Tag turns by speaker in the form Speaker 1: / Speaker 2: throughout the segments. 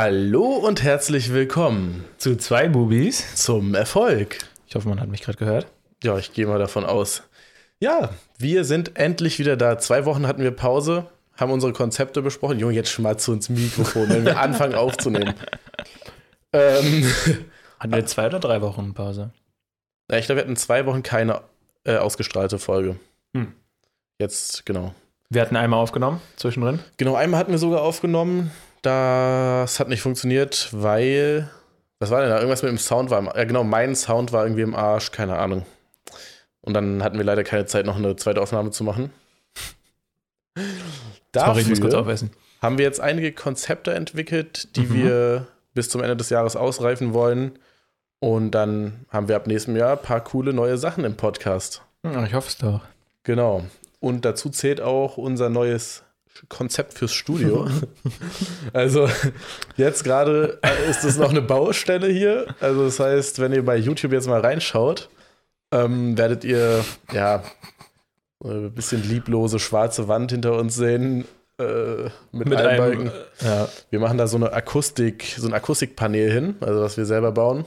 Speaker 1: Hallo und herzlich willkommen
Speaker 2: Zu zwei Bubis.
Speaker 1: zum Erfolg.
Speaker 2: Ich hoffe, man hat mich gerade gehört.
Speaker 1: Ja, ich gehe mal davon aus. Ja, wir sind endlich wieder da. Zwei Wochen hatten wir Pause, haben unsere Konzepte besprochen. Junge, jetzt schmatzt du ins Mikrofon, wenn wir anfangen aufzunehmen. Ähm,
Speaker 2: Hatten wir zwei oder drei Wochen Pause?
Speaker 1: ja, ich glaube, wir hatten zwei Wochen keine äh, ausgestrahlte Folge.
Speaker 2: Hm.
Speaker 1: Jetzt, genau.
Speaker 2: Wir hatten einmal aufgenommen, zwischendrin.
Speaker 1: Genau, einmal hatten wir sogar aufgenommen. Das hat nicht funktioniert, weil. Was war denn da? Irgendwas mit dem Sound war im Ja, genau, mein Sound war irgendwie im Arsch, keine Ahnung. Und dann hatten wir leider keine Zeit, noch eine zweite Aufnahme zu machen.
Speaker 2: Sorry, ich muss kurz
Speaker 1: Dafür
Speaker 2: aufessen.
Speaker 1: haben wir jetzt einige Konzepte entwickelt, die
Speaker 2: Mhm.
Speaker 1: wir bis zum Ende des Jahres ausreifen wollen. Und dann haben wir ab nächstem Jahr ein paar coole neue Sachen im Podcast.
Speaker 2: Hm, Ich hoffe es doch.
Speaker 1: Genau. Und dazu zählt auch unser neues Konzept fürs Studio. also jetzt gerade ist es noch eine Baustelle hier. Also das heißt, wenn ihr bei YouTube jetzt mal reinschaut, ähm, werdet ihr ja äh, ein bisschen lieblose schwarze Wand hinter uns sehen. Äh, mit,
Speaker 2: Mit einem.
Speaker 1: Einbalken.
Speaker 2: äh, Ja.
Speaker 1: Wir machen da so eine Akustik, so ein Akustikpanel hin, also was wir selber bauen.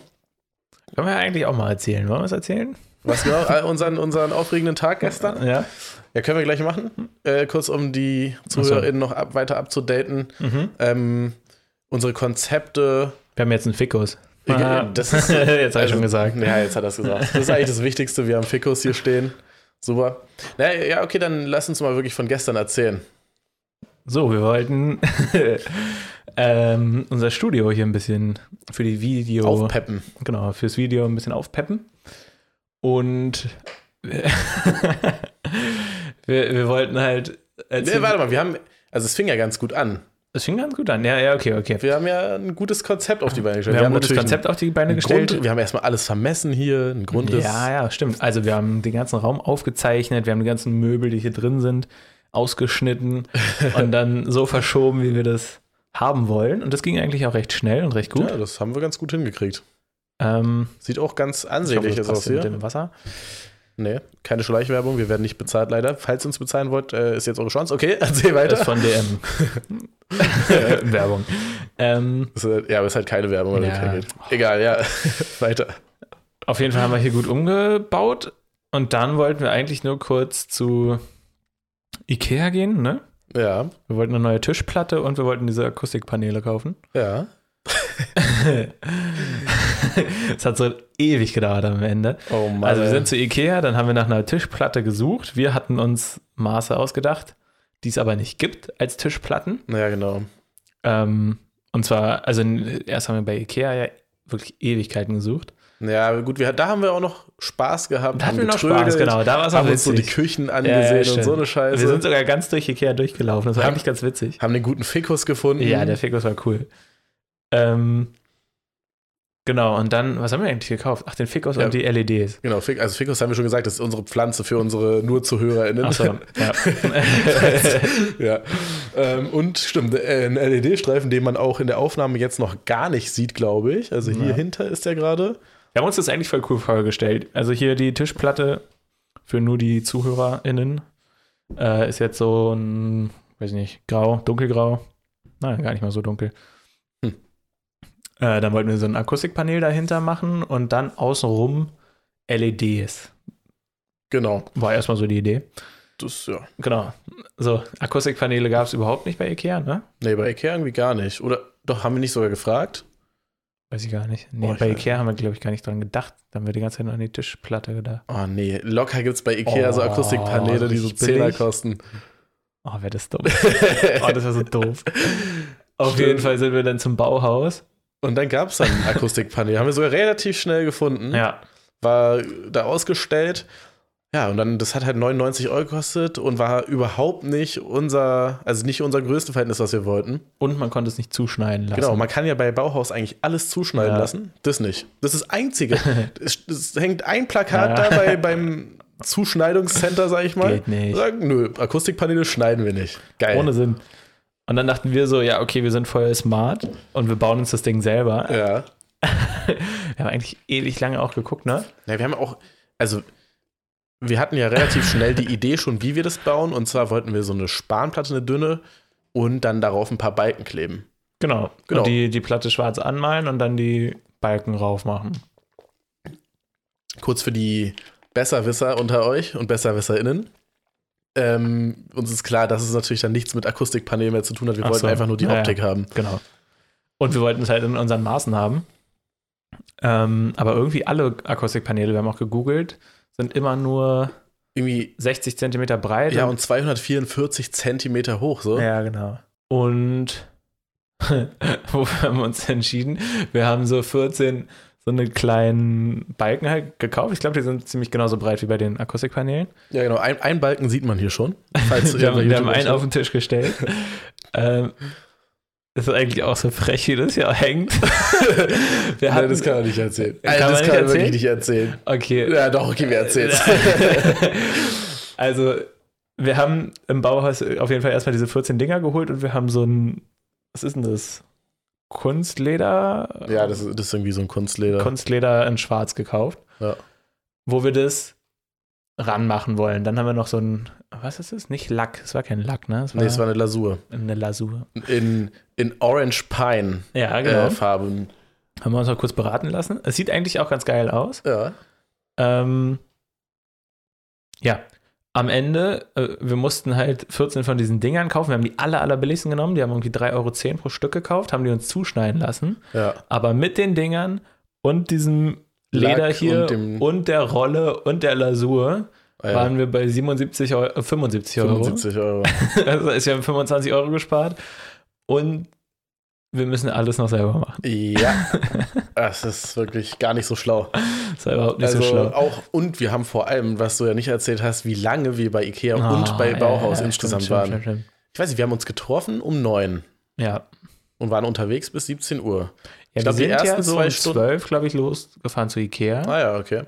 Speaker 2: Können wir eigentlich auch mal erzählen? Wollen wir es erzählen?
Speaker 1: Was genau? Äh, unseren, unseren aufregenden Tag gestern?
Speaker 2: Ja.
Speaker 1: Ja, können wir gleich
Speaker 2: Hm.
Speaker 1: machen. Äh, kurz, um die ZuhörerInnen noch ab, weiter abzudaten.
Speaker 2: Mhm.
Speaker 1: Ähm, unsere Konzepte.
Speaker 2: Wir haben jetzt einen Fikus.
Speaker 1: Ja, das ist- also,
Speaker 2: jetzt habe ich schon gesagt.
Speaker 1: Ja, jetzt hat er es gesagt. Das ist eigentlich das Wichtigste. Wir haben Fikus hier stehen. Super. Na, ja, okay, dann lass uns mal wirklich von gestern erzählen.
Speaker 2: So, wir wollten ähm, unser Studio hier ein bisschen für die Video.
Speaker 1: Aufpeppen.
Speaker 2: genau, fürs Video ein bisschen aufpeppen. Und wir, wir, wir wollten halt. als-
Speaker 1: Nee, warte mal, wir haben. Also, es fing ja ganz gut an.
Speaker 2: Es fing ganz gut an. Ja, ja, okay, okay. Wir,
Speaker 1: Wir haben ja ein gutes Konzept auf die Beine gestellt.
Speaker 2: haben ein gutes
Speaker 1: natürlich
Speaker 2: Konzept auf die Beine
Speaker 1: einen Grund,
Speaker 2: gestellt.
Speaker 1: wir haben erstmal alles vermessen hier, einen Grundriss.
Speaker 2: Ja, ja, stimmt. Also wir haben den ganzen Raum aufgezeichnet, wir haben die ganzen Möbel, die hier drin sind, ausgeschnitten und dann so verschoben, wie wir das haben wollen. Und das ging eigentlich auch recht schnell und recht gut.
Speaker 1: ja, das haben wir ganz gut hingekriegt.
Speaker 2: Ähm,
Speaker 1: Sieht auch ganz
Speaker 2: ich hoffe,
Speaker 1: ansehnlich
Speaker 2: das
Speaker 1: jetzt
Speaker 2: passt
Speaker 1: aus
Speaker 2: hier
Speaker 1: hier.
Speaker 2: mit dem Wasser.
Speaker 1: Nee, keine Schleichwerbung, wir werden nicht bezahlt leider. Falls ihr uns bezahlen wollt, äh, ist jetzt eure Chance. Okay, erzähl
Speaker 2: Das
Speaker 1: weiter.
Speaker 2: ist von DM. Werbung. Ähm,
Speaker 1: Das, ist, äh, ja, aber ist halt keine Werbung, weil wir
Speaker 2: Ja.
Speaker 1: kein Geld. Egal, ja. weiter.
Speaker 2: auf jeden Fall haben wir hier gut umgebaut und dann wollten wir eigentlich nur kurz zu Ikea gehen, ne?
Speaker 1: Ja,
Speaker 2: Wir wollten eine neue Tischplatte und wir wollten diese Akustikpaneele kaufen.
Speaker 1: ja.
Speaker 2: Es hat so ewig gedauert am Ende.
Speaker 1: Oh Mann.
Speaker 2: Also wir
Speaker 1: ey.
Speaker 2: sind zu Ikea, dann haben wir nach einer Tischplatte gesucht. Wir hatten uns Maße ausgedacht, die es aber nicht gibt als Tischplatten.
Speaker 1: ja, genau.
Speaker 2: Ähm, und zwar, also n- erst haben wir bei Ikea ja wirklich Ewigkeiten gesucht.
Speaker 1: Ja, gut, wir, da haben wir auch noch Spaß gehabt.
Speaker 2: Da hatten wir
Speaker 1: haben
Speaker 2: noch Spaß,
Speaker 1: getrödelt,
Speaker 2: genau. Da war es auch
Speaker 1: Haben uns so die
Speaker 2: witzig.
Speaker 1: Küchen
Speaker 2: Ja, ja,
Speaker 1: angesehen und
Speaker 2: stimmt.
Speaker 1: so eine Scheiße.
Speaker 2: wir sind sogar ganz durch Ikea durchgelaufen. Das war
Speaker 1: Haben-
Speaker 2: eigentlich ganz witzig. Mhm.
Speaker 1: haben den guten Fikus gefunden.
Speaker 2: Ja, der Fikus war cool. Ähm, genau, und dann, was haben wir eigentlich gekauft? Ach, den Fikus
Speaker 1: Ja.
Speaker 2: und die E LEDs.
Speaker 1: Genau, Fik also Fikus haben wir schon gesagt, das ist unsere Pflanze für unsere nur ZuhörerInnen.
Speaker 2: Ach so, ja.
Speaker 1: ja. Ähm, und stimmt, äh, ein LED-Streifen, den man auch in der Aufnahme jetzt noch gar nicht sieht, glaube ich. Also hier
Speaker 2: Ja.
Speaker 1: hinter ist der gerade.
Speaker 2: Wir haben uns das eigentlich voll cool vorgestellt. Also hier die Tischplatte für nur die ZuhörerInnen äh, ist jetzt so ein, weiß ich nicht, grau, dunkelgrau. Nein, gar nicht mal so dunkel.
Speaker 1: Hm.
Speaker 2: Äh, dann wollten wir so ein Akustikpanel dahinter machen und dann außenrum LEDs.
Speaker 1: Genau.
Speaker 2: War erstmal so die Idee.
Speaker 1: Das, ja.
Speaker 2: Genau. So, Akustikpaneele gab es überhaupt nicht bei Ikea, ne?
Speaker 1: Nee, bei Ikea irgendwie gar nicht. Oder doch, haben wir nicht sogar gefragt?
Speaker 2: Weiß ich gar nicht. Nee,
Speaker 1: Boah, ich
Speaker 2: bei
Speaker 1: weiß
Speaker 2: Ikea haben wir, glaube ich, gar nicht dran gedacht. Da haben wir die ganze Zeit nur an die Tischplatte gedacht.
Speaker 1: Oh nee, locker gibt es bei Ikea so
Speaker 2: Oh,
Speaker 1: Akustikpaneele, die so
Speaker 2: richtig
Speaker 1: Zehner
Speaker 2: billig.
Speaker 1: kosten.
Speaker 2: Oh, wäre das dumm. Oh, das war so doof. Auf
Speaker 1: Stimmt.
Speaker 2: jeden Fall sind wir dann zum Bauhaus.
Speaker 1: Und dann gab es dann ein Akustikpanel. haben wir sogar relativ schnell gefunden.
Speaker 2: Ja.
Speaker 1: war da ausgestellt. Ja, und dann, das hat halt 99 Euro gekostet und war überhaupt nicht unser, also nicht unser größtes Verhältnis, was wir wollten.
Speaker 2: Und man konnte es nicht zuschneiden lassen.
Speaker 1: Genau, man kann ja bei Bauhaus eigentlich alles zuschneiden
Speaker 2: Ja.
Speaker 1: lassen. Das nicht. Das ist das Einzige. es, es hängt ein Plakat
Speaker 2: Ja.
Speaker 1: da bei, beim Zuschneidungscenter, sag ich mal.
Speaker 2: Geht nicht.
Speaker 1: Sagen, nö, Akustikpaneele schneiden wir nicht. Geil.
Speaker 2: Ohne Sinn. Und dann dachten wir so, ja, okay, wir sind voll smart und wir bauen uns das Ding selber.
Speaker 1: ja.
Speaker 2: Wir haben eigentlich ewig lange auch geguckt, ne?
Speaker 1: Ja, wir haben auch, also wir hatten ja relativ schnell die Idee schon, wie wir das bauen. Und zwar wollten wir so eine Spanplatte, eine dünne, und dann darauf ein paar Balken kleben.
Speaker 2: Genau.
Speaker 1: Genau.
Speaker 2: Und die, die Platte schwarz anmalen und dann die Balken raufmachen.
Speaker 1: kurz für die Besserwisser unter euch und BesserwisserInnen. Ähm, uns ist klar, dass es natürlich dann nichts mit Akustikpanel mehr zu tun hat. Wir
Speaker 2: Ach
Speaker 1: wollten
Speaker 2: so.
Speaker 1: einfach nur die
Speaker 2: Ja, ja.
Speaker 1: Optik haben.
Speaker 2: Genau. Und wir wollten es halt in unseren Maßen haben. Ähm, aber irgendwie alle Akustikpaneele, wir haben auch gegoogelt, sind immer nur
Speaker 1: Irgendwie,
Speaker 2: 60 Zentimeter breit.
Speaker 1: ja, und 244 Zentimeter hoch, so.
Speaker 2: Ja, genau. Und wofür haben wir uns entschieden? Wir haben so 14 so eine kleinen Balken halt gekauft. Ich glaube, die sind ziemlich genauso breit wie bei den Akustikpaneelen.
Speaker 1: Ja, genau. Ein, einen Balken sieht man hier schon. Falls
Speaker 2: Wir haben,
Speaker 1: irgendwer
Speaker 2: wir haben
Speaker 1: YouTube-
Speaker 2: einen auf den Tisch gestellt. ähm, das ist eigentlich auch so frech, wie das hier hängt. wir
Speaker 1: Nein, das
Speaker 2: hatten,
Speaker 1: kann man nicht erzählen.
Speaker 2: Kann
Speaker 1: Nein,
Speaker 2: man
Speaker 1: das
Speaker 2: nicht
Speaker 1: kann man
Speaker 2: erzählen?
Speaker 1: wirklich nicht erzählen.
Speaker 2: okay.
Speaker 1: Ja, doch, okay, wir erzählen's.
Speaker 2: also, wir haben im Bauhaus auf jeden Fall erstmal diese 14 Dinger geholt und wir haben so ein, was ist denn das? Kunstleder?
Speaker 1: ja, das ist, das ist irgendwie so ein Kunstleder.
Speaker 2: Kunstleder in Schwarz gekauft,
Speaker 1: Ja.
Speaker 2: wo wir das ranmachen wollen. Dann haben wir noch so ein, was ist das? Nicht Lack, es war kein Lack, ne? Es war,
Speaker 1: nee, es war eine Lasur.
Speaker 2: eine Lasur.
Speaker 1: In, in Orange Pine
Speaker 2: Ja, genau.
Speaker 1: äh, Farben.
Speaker 2: haben wir uns mal kurz beraten lassen. Es sieht eigentlich auch ganz geil aus.
Speaker 1: Ja.
Speaker 2: Ähm, ja, am Ende, äh, wir mussten halt 14 von diesen Dingern kaufen. Wir haben die aller, aller billigsten genommen. Die haben irgendwie 3,10 Euro pro Stück gekauft, haben die uns zuschneiden lassen.
Speaker 1: Ja.
Speaker 2: Aber mit den Dingern und diesem Leder
Speaker 1: Lack
Speaker 2: hier
Speaker 1: und dem-
Speaker 2: und der Rolle und der Lasur
Speaker 1: Ah, ja.
Speaker 2: waren wir bei 77 Euro, äh, 75 Euro.
Speaker 1: 75 Euro.
Speaker 2: Also ist, wir haben 25 Euro gespart und wir müssen alles noch selber machen.
Speaker 1: Ja, das ist wirklich gar nicht so schlau.
Speaker 2: Das war überhaupt nicht
Speaker 1: Also
Speaker 2: so schlau.
Speaker 1: auch, und wir haben vor allem, was du ja nicht erzählt hast, wie lange wir bei Ikea
Speaker 2: Ah,
Speaker 1: und bei
Speaker 2: ja,
Speaker 1: Bauhaus
Speaker 2: ja,
Speaker 1: insgesamt
Speaker 2: stimmt,
Speaker 1: waren.
Speaker 2: stimmt, stimmt, stimmt.
Speaker 1: Ich weiß nicht, wir haben uns getroffen um neun
Speaker 2: Ja.
Speaker 1: und waren unterwegs bis 17 Uhr.
Speaker 2: Ja,
Speaker 1: Ich
Speaker 2: wir
Speaker 1: glaub, die
Speaker 2: sind ja
Speaker 1: ersten
Speaker 2: so
Speaker 1: zwei
Speaker 2: um
Speaker 1: Stunden-
Speaker 2: zwölf, glaube ich, losgefahren zu Ikea.
Speaker 1: Ah ja, okay.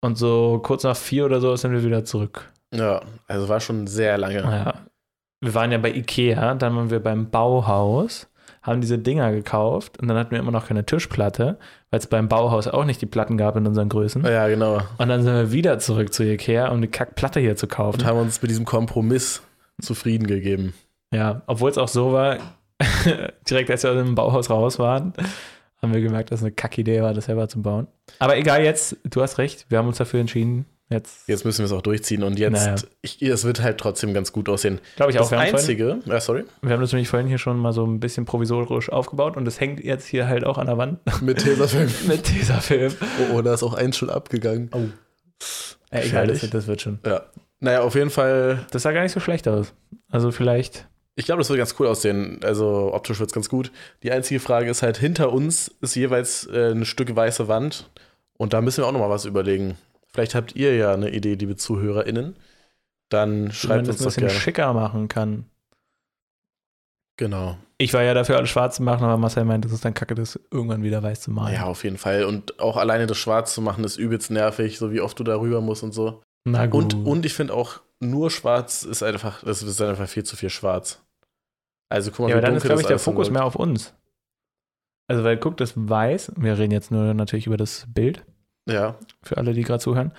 Speaker 2: Und so kurz nach vier oder so sind wir wieder zurück.
Speaker 1: Ja, also war schon sehr lange.
Speaker 2: Ja. Wir waren ja bei Ikea, dann waren wir beim Bauhaus, haben diese Dinger gekauft und dann hatten wir immer noch keine Tischplatte, weil es beim Bauhaus auch nicht die Platten gab in unseren Größen.
Speaker 1: Ja, genau.
Speaker 2: Und dann sind wir wieder zurück zu Ikea, um die Kackplatte hier zu kaufen.
Speaker 1: Und haben uns mit diesem Kompromiss zufrieden gegeben.
Speaker 2: Ja, obwohl es auch so war, direkt als wir aus dem Bauhaus raus waren, haben wir gemerkt, dass es eine Kackidee war, das selber zu bauen. Aber egal, jetzt, du hast recht, wir haben uns dafür entschieden. Jetzt
Speaker 1: Jetzt müssen wir es auch durchziehen und jetzt,
Speaker 2: Naja.
Speaker 1: ich, es wird halt trotzdem ganz gut aussehen.
Speaker 2: glaube ich auch,
Speaker 1: Das
Speaker 2: wir haben, vorhin,
Speaker 1: Einzige, ja, sorry,
Speaker 2: wir haben das nämlich vorhin hier schon mal so ein bisschen provisorisch aufgebaut und das hängt jetzt hier halt auch an der Wand
Speaker 1: mit Tesafilm.
Speaker 2: mit dieser Film.
Speaker 1: Oh, oh, da ist auch eins schon abgegangen.
Speaker 2: Oh. Äh, egal, das,
Speaker 1: Gefährlich.
Speaker 2: das wird schon.
Speaker 1: Ja. Naja, auf jeden Fall
Speaker 2: Das sah gar nicht so schlecht aus. Also vielleicht,
Speaker 1: Ich glaube, das wird ganz cool aussehen. Also optisch wird es ganz gut. Die einzige Frage ist halt, hinter uns ist jeweils äh, ein Stück weiße Wand. Und da müssen wir auch nochmal was überlegen. Vielleicht habt ihr ja eine Idee, liebe ZuhörerInnen. Dann
Speaker 2: wenn man
Speaker 1: schreibt
Speaker 2: das
Speaker 1: uns das
Speaker 2: ein bisschen
Speaker 1: gerne.
Speaker 2: schicker machen kann.
Speaker 1: Genau.
Speaker 2: Ich war ja dafür, alles schwarz zu machen, aber Marcel meint, das ist dann kacke, das irgendwann wieder weiß zu malen.
Speaker 1: Ja, auf jeden Fall. Und auch alleine das schwarz zu machen, ist übelst nervig, so wie oft du da rüber musst und so.
Speaker 2: Na gut.
Speaker 1: Und, und ich finde auch, nur schwarz ist einfach, das ist einfach viel zu viel schwarz. Also guck mal,
Speaker 2: Ja,
Speaker 1: wie
Speaker 2: aber dann ist,
Speaker 1: dunkel das
Speaker 2: glaube ich, der
Speaker 1: alles dann
Speaker 2: Fokus
Speaker 1: wird.
Speaker 2: mehr auf uns. Also, weil guck, das weiß, wir reden jetzt nur natürlich über das Bild,
Speaker 1: Ja,
Speaker 2: für alle, die gerade zuhören.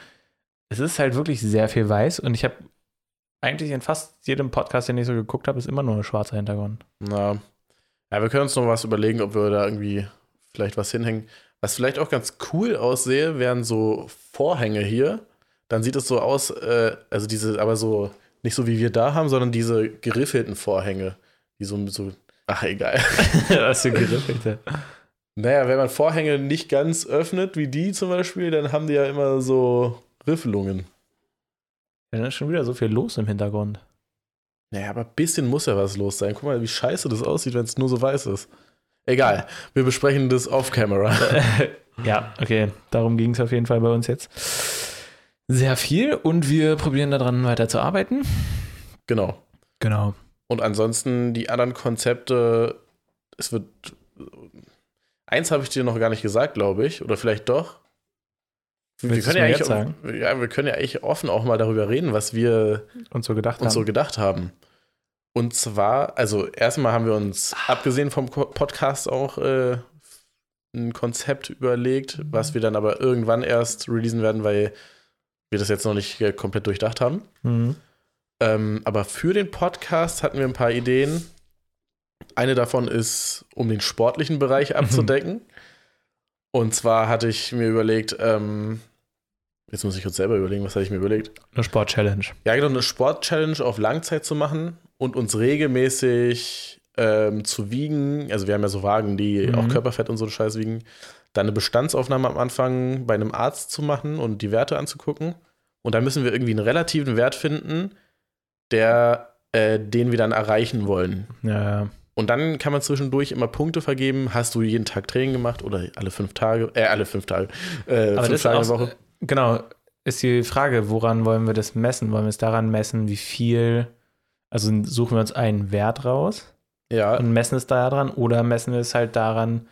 Speaker 2: Es ist halt wirklich sehr viel weiß und ich habe eigentlich in fast jedem Podcast, den ich so geguckt habe, ist immer nur ein schwarzer Hintergrund.
Speaker 1: Na, ja, wir können uns noch was überlegen, ob wir da irgendwie vielleicht was hinhängen. Was vielleicht auch ganz cool aussehe, wären so Vorhänge hier. Dann sieht es so aus, äh, also diese, aber so, nicht so wie wir da haben, sondern diese geriffelten Vorhänge. Die so, so ach, egal.
Speaker 2: das ist geriffelte.
Speaker 1: Naja, wenn man Vorhänge nicht ganz öffnet, wie die zum Beispiel, dann haben die ja immer so Riffelungen.
Speaker 2: Ja, dann ist schon wieder so viel los im Hintergrund.
Speaker 1: Naja, aber ein bisschen muss ja was los sein. Guck mal, wie scheiße das aussieht, wenn es nur so weiß ist. Egal, wir besprechen das off-camera.
Speaker 2: ja, okay. Darum ging es auf jeden Fall bei uns jetzt. Sehr viel und wir probieren daran weiter zu arbeiten.
Speaker 1: genau.
Speaker 2: Genau.
Speaker 1: Und ansonsten die anderen Konzepte, es wird. Eins habe ich dir noch gar nicht gesagt, glaube ich. Oder vielleicht doch. Wir
Speaker 2: Willst
Speaker 1: können,
Speaker 2: du
Speaker 1: ja
Speaker 2: es mir
Speaker 1: eigentlich,
Speaker 2: jetzt sagen?
Speaker 1: ja, wir können ja eigentlich offen auch mal darüber reden, was wir
Speaker 2: Und so gedacht
Speaker 1: uns so
Speaker 2: haben.
Speaker 1: gedacht haben. Und zwar, also erstmal haben wir uns, abgesehen vom Ko- Podcast, auch äh, ein Konzept überlegt, was
Speaker 2: Mhm.
Speaker 1: wir dann aber irgendwann erst releasen werden, weil wir das jetzt noch nicht äh, komplett durchdacht haben.
Speaker 2: Mhm.
Speaker 1: Ähm, aber für den Podcast hatten wir ein paar Ideen, Eine davon ist, um den sportlichen Bereich abzudecken. Und zwar hatte ich mir überlegt, ähm, jetzt muss ich kurz selber überlegen, was hatte ich mir überlegt?
Speaker 2: Eine Sport-Challenge.
Speaker 1: Ja, genau, eine Sport-Challenge auf Langzeit zu machen und uns regelmäßig ähm, zu wiegen. Also, wir haben ja so Wagen, die
Speaker 2: Mhm.
Speaker 1: auch Körperfett und so einen Scheiß wiegen. Dann eine Bestandsaufnahme am Anfang bei einem Arzt zu machen und die Werte anzugucken. Und dann müssen wir irgendwie einen relativen Wert finden, der, äh, den wir dann erreichen wollen.
Speaker 2: Ja,
Speaker 1: Und dann kann man zwischendurch immer Punkte vergeben. Hast du jeden Tag Training gemacht oder alle fünf Tage? Äh, alle fünf Tage. Äh,
Speaker 2: aber
Speaker 1: fünf
Speaker 2: das ist
Speaker 1: Tage
Speaker 2: auch,
Speaker 1: die Woche.
Speaker 2: genau, ist die Frage, woran wollen wir das messen? Wollen wir es daran messen, wie viel, also suchen wir uns einen Wert raus
Speaker 1: Ja,
Speaker 2: und messen es daran oder messen wir es halt daran,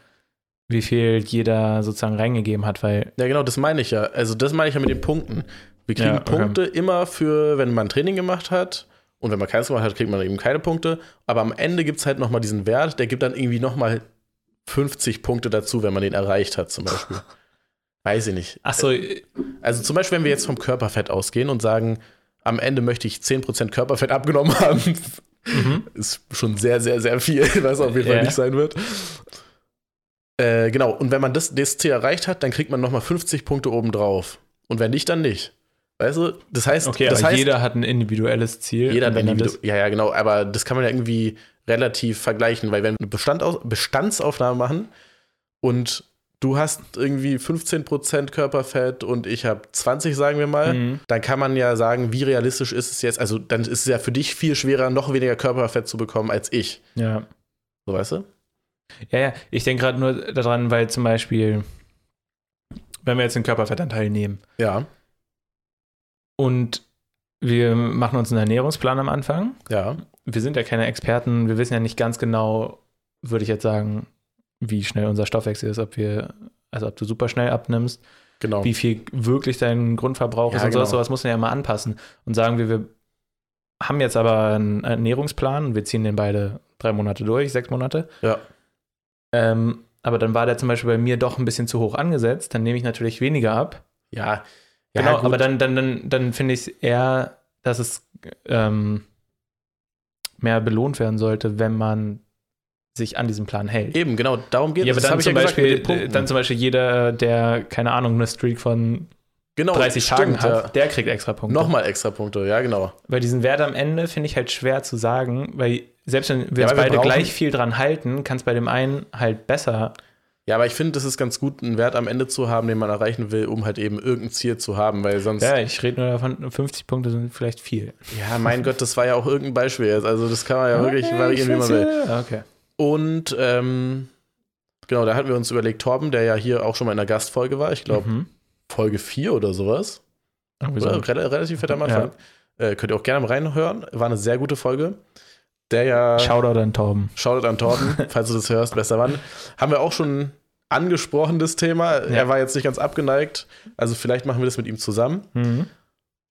Speaker 2: wie viel jeder sozusagen reingegeben hat, weil
Speaker 1: ja, genau, das meine ich ja. Also, das meine ich ja mit den Punkten. Wir kriegen
Speaker 2: Ja, okay.
Speaker 1: Punkte immer für, wenn man Training gemacht hat. Und wenn man keins gemacht hat, kriegt man eben keine Punkte. Aber am Ende gibt es halt nochmal diesen Wert, der gibt dann irgendwie nochmal 50 Punkte dazu, wenn man den erreicht hat, zum Beispiel. Weiß ich nicht.
Speaker 2: Achso,
Speaker 1: Also zum Beispiel, wenn wir jetzt vom Körperfett ausgehen und sagen, am Ende möchte ich 10% Körperfett abgenommen haben, ist schon sehr, sehr, sehr viel, was auf jeden
Speaker 2: Mhm. Ja.
Speaker 1: Fall nicht sein wird. Äh, genau, und wenn man das, das Ziel erreicht hat, dann kriegt man nochmal 50 Punkte obendrauf. Und wenn nicht, dann nicht. Weißt du, das heißt,
Speaker 2: okay,
Speaker 1: das
Speaker 2: aber
Speaker 1: heißt,
Speaker 2: jeder hat ein individuelles Ziel.
Speaker 1: jeder
Speaker 2: Und
Speaker 1: hat
Speaker 2: wenn er
Speaker 1: individu- Ja, ja, genau, aber das kann man ja irgendwie relativ vergleichen, weil wenn wir eine Bestandaus Bestandsaufnahme machen und du hast irgendwie 15% Körperfett und ich habe 20, sagen wir mal,
Speaker 2: das, Mhm.
Speaker 1: dann kann man ja sagen, wie realistisch ist es jetzt? Also, dann ist es ja für dich viel schwerer, noch weniger Körperfett zu bekommen als ich.
Speaker 2: Ja.
Speaker 1: So, weißt du?
Speaker 2: ja, ja, ich denke gerade nur daran, weil zum Beispiel, wenn wir jetzt den Körperfettanteil nehmen
Speaker 1: Ja,
Speaker 2: und wir machen uns einen Ernährungsplan am Anfang,
Speaker 1: ja,
Speaker 2: wir sind ja keine Experten, wir wissen ja nicht ganz genau, würde ich jetzt sagen, wie schnell unser Stoffwechsel ist, ob wir, also ob du super schnell abnimmst.
Speaker 1: genau.
Speaker 2: wie viel wirklich dein Grundverbrauch
Speaker 1: Ja,
Speaker 2: ist und
Speaker 1: genau.
Speaker 2: sowas, sowas muss man ja immer anpassen. Und sagen wir, wir haben jetzt aber einen Ernährungsplan und wir ziehen den beide drei Monate durch, sechs Monate.
Speaker 1: Ja.
Speaker 2: Ähm, aber dann war der zum Beispiel bei mir doch ein bisschen zu hoch angesetzt, dann nehme ich natürlich weniger ab.
Speaker 1: Ja, ja
Speaker 2: Genau,
Speaker 1: gut.
Speaker 2: aber dann, dann, dann, dann finde ich es eher, dass es ähm, mehr belohnt werden sollte, wenn man sich an diesem Plan hält.
Speaker 1: eben, genau, darum geht
Speaker 2: Ja, aber
Speaker 1: Das
Speaker 2: dann
Speaker 1: hab
Speaker 2: zum,
Speaker 1: gesagt mit
Speaker 2: Beispiel, äh,
Speaker 1: den Punkten.
Speaker 2: dann zum Beispiel jeder, der, keine Ahnung, eine Streak von
Speaker 1: genau,
Speaker 2: 30
Speaker 1: stimmt,
Speaker 2: Tagen hat,
Speaker 1: Ja.
Speaker 2: der kriegt extra Punkte.
Speaker 1: Nochmal extra Punkte, ja, genau.
Speaker 2: Weil diesen Wert am Ende finde ich halt schwer zu sagen, weil selbst wenn
Speaker 1: Ja,
Speaker 2: wir uns
Speaker 1: aber wir
Speaker 2: beide
Speaker 1: brauchen-
Speaker 2: gleich viel dran halten, kann es bei dem einen halt besser.
Speaker 1: Ja, aber ich finde, das ist ganz gut, einen Wert am Ende zu haben, den man erreichen will, um halt eben irgendein Ziel zu haben, weil sonst.
Speaker 2: Ja, ich rede nur davon, 50 Punkte sind vielleicht viel.
Speaker 1: Ja, mein Gott, das war ja auch irgendein Beispiel jetzt. Also, das kann man ja wirklich variieren, wie man will.
Speaker 2: Okay.
Speaker 1: Und ähm, genau, da hatten wir uns überlegt, Torben, der ja hier auch schon mal in der Gastfolge war, ich glaube
Speaker 2: Mhm.
Speaker 1: Folge 4 oder sowas,
Speaker 2: Irgendwie so.
Speaker 1: oder? Rel relativ fett am Anfang. Äh, könnt ihr auch gerne mal reinhören, war eine sehr gute Folge. Der ja,
Speaker 2: Shoutout an Torben.
Speaker 1: Shoutout an Torben, falls du das hörst, bester Mann. Haben wir auch schon angesprochen, das Thema. Er war jetzt nicht ganz abgeneigt, also vielleicht machen wir das mit ihm zusammen.
Speaker 2: Mhm.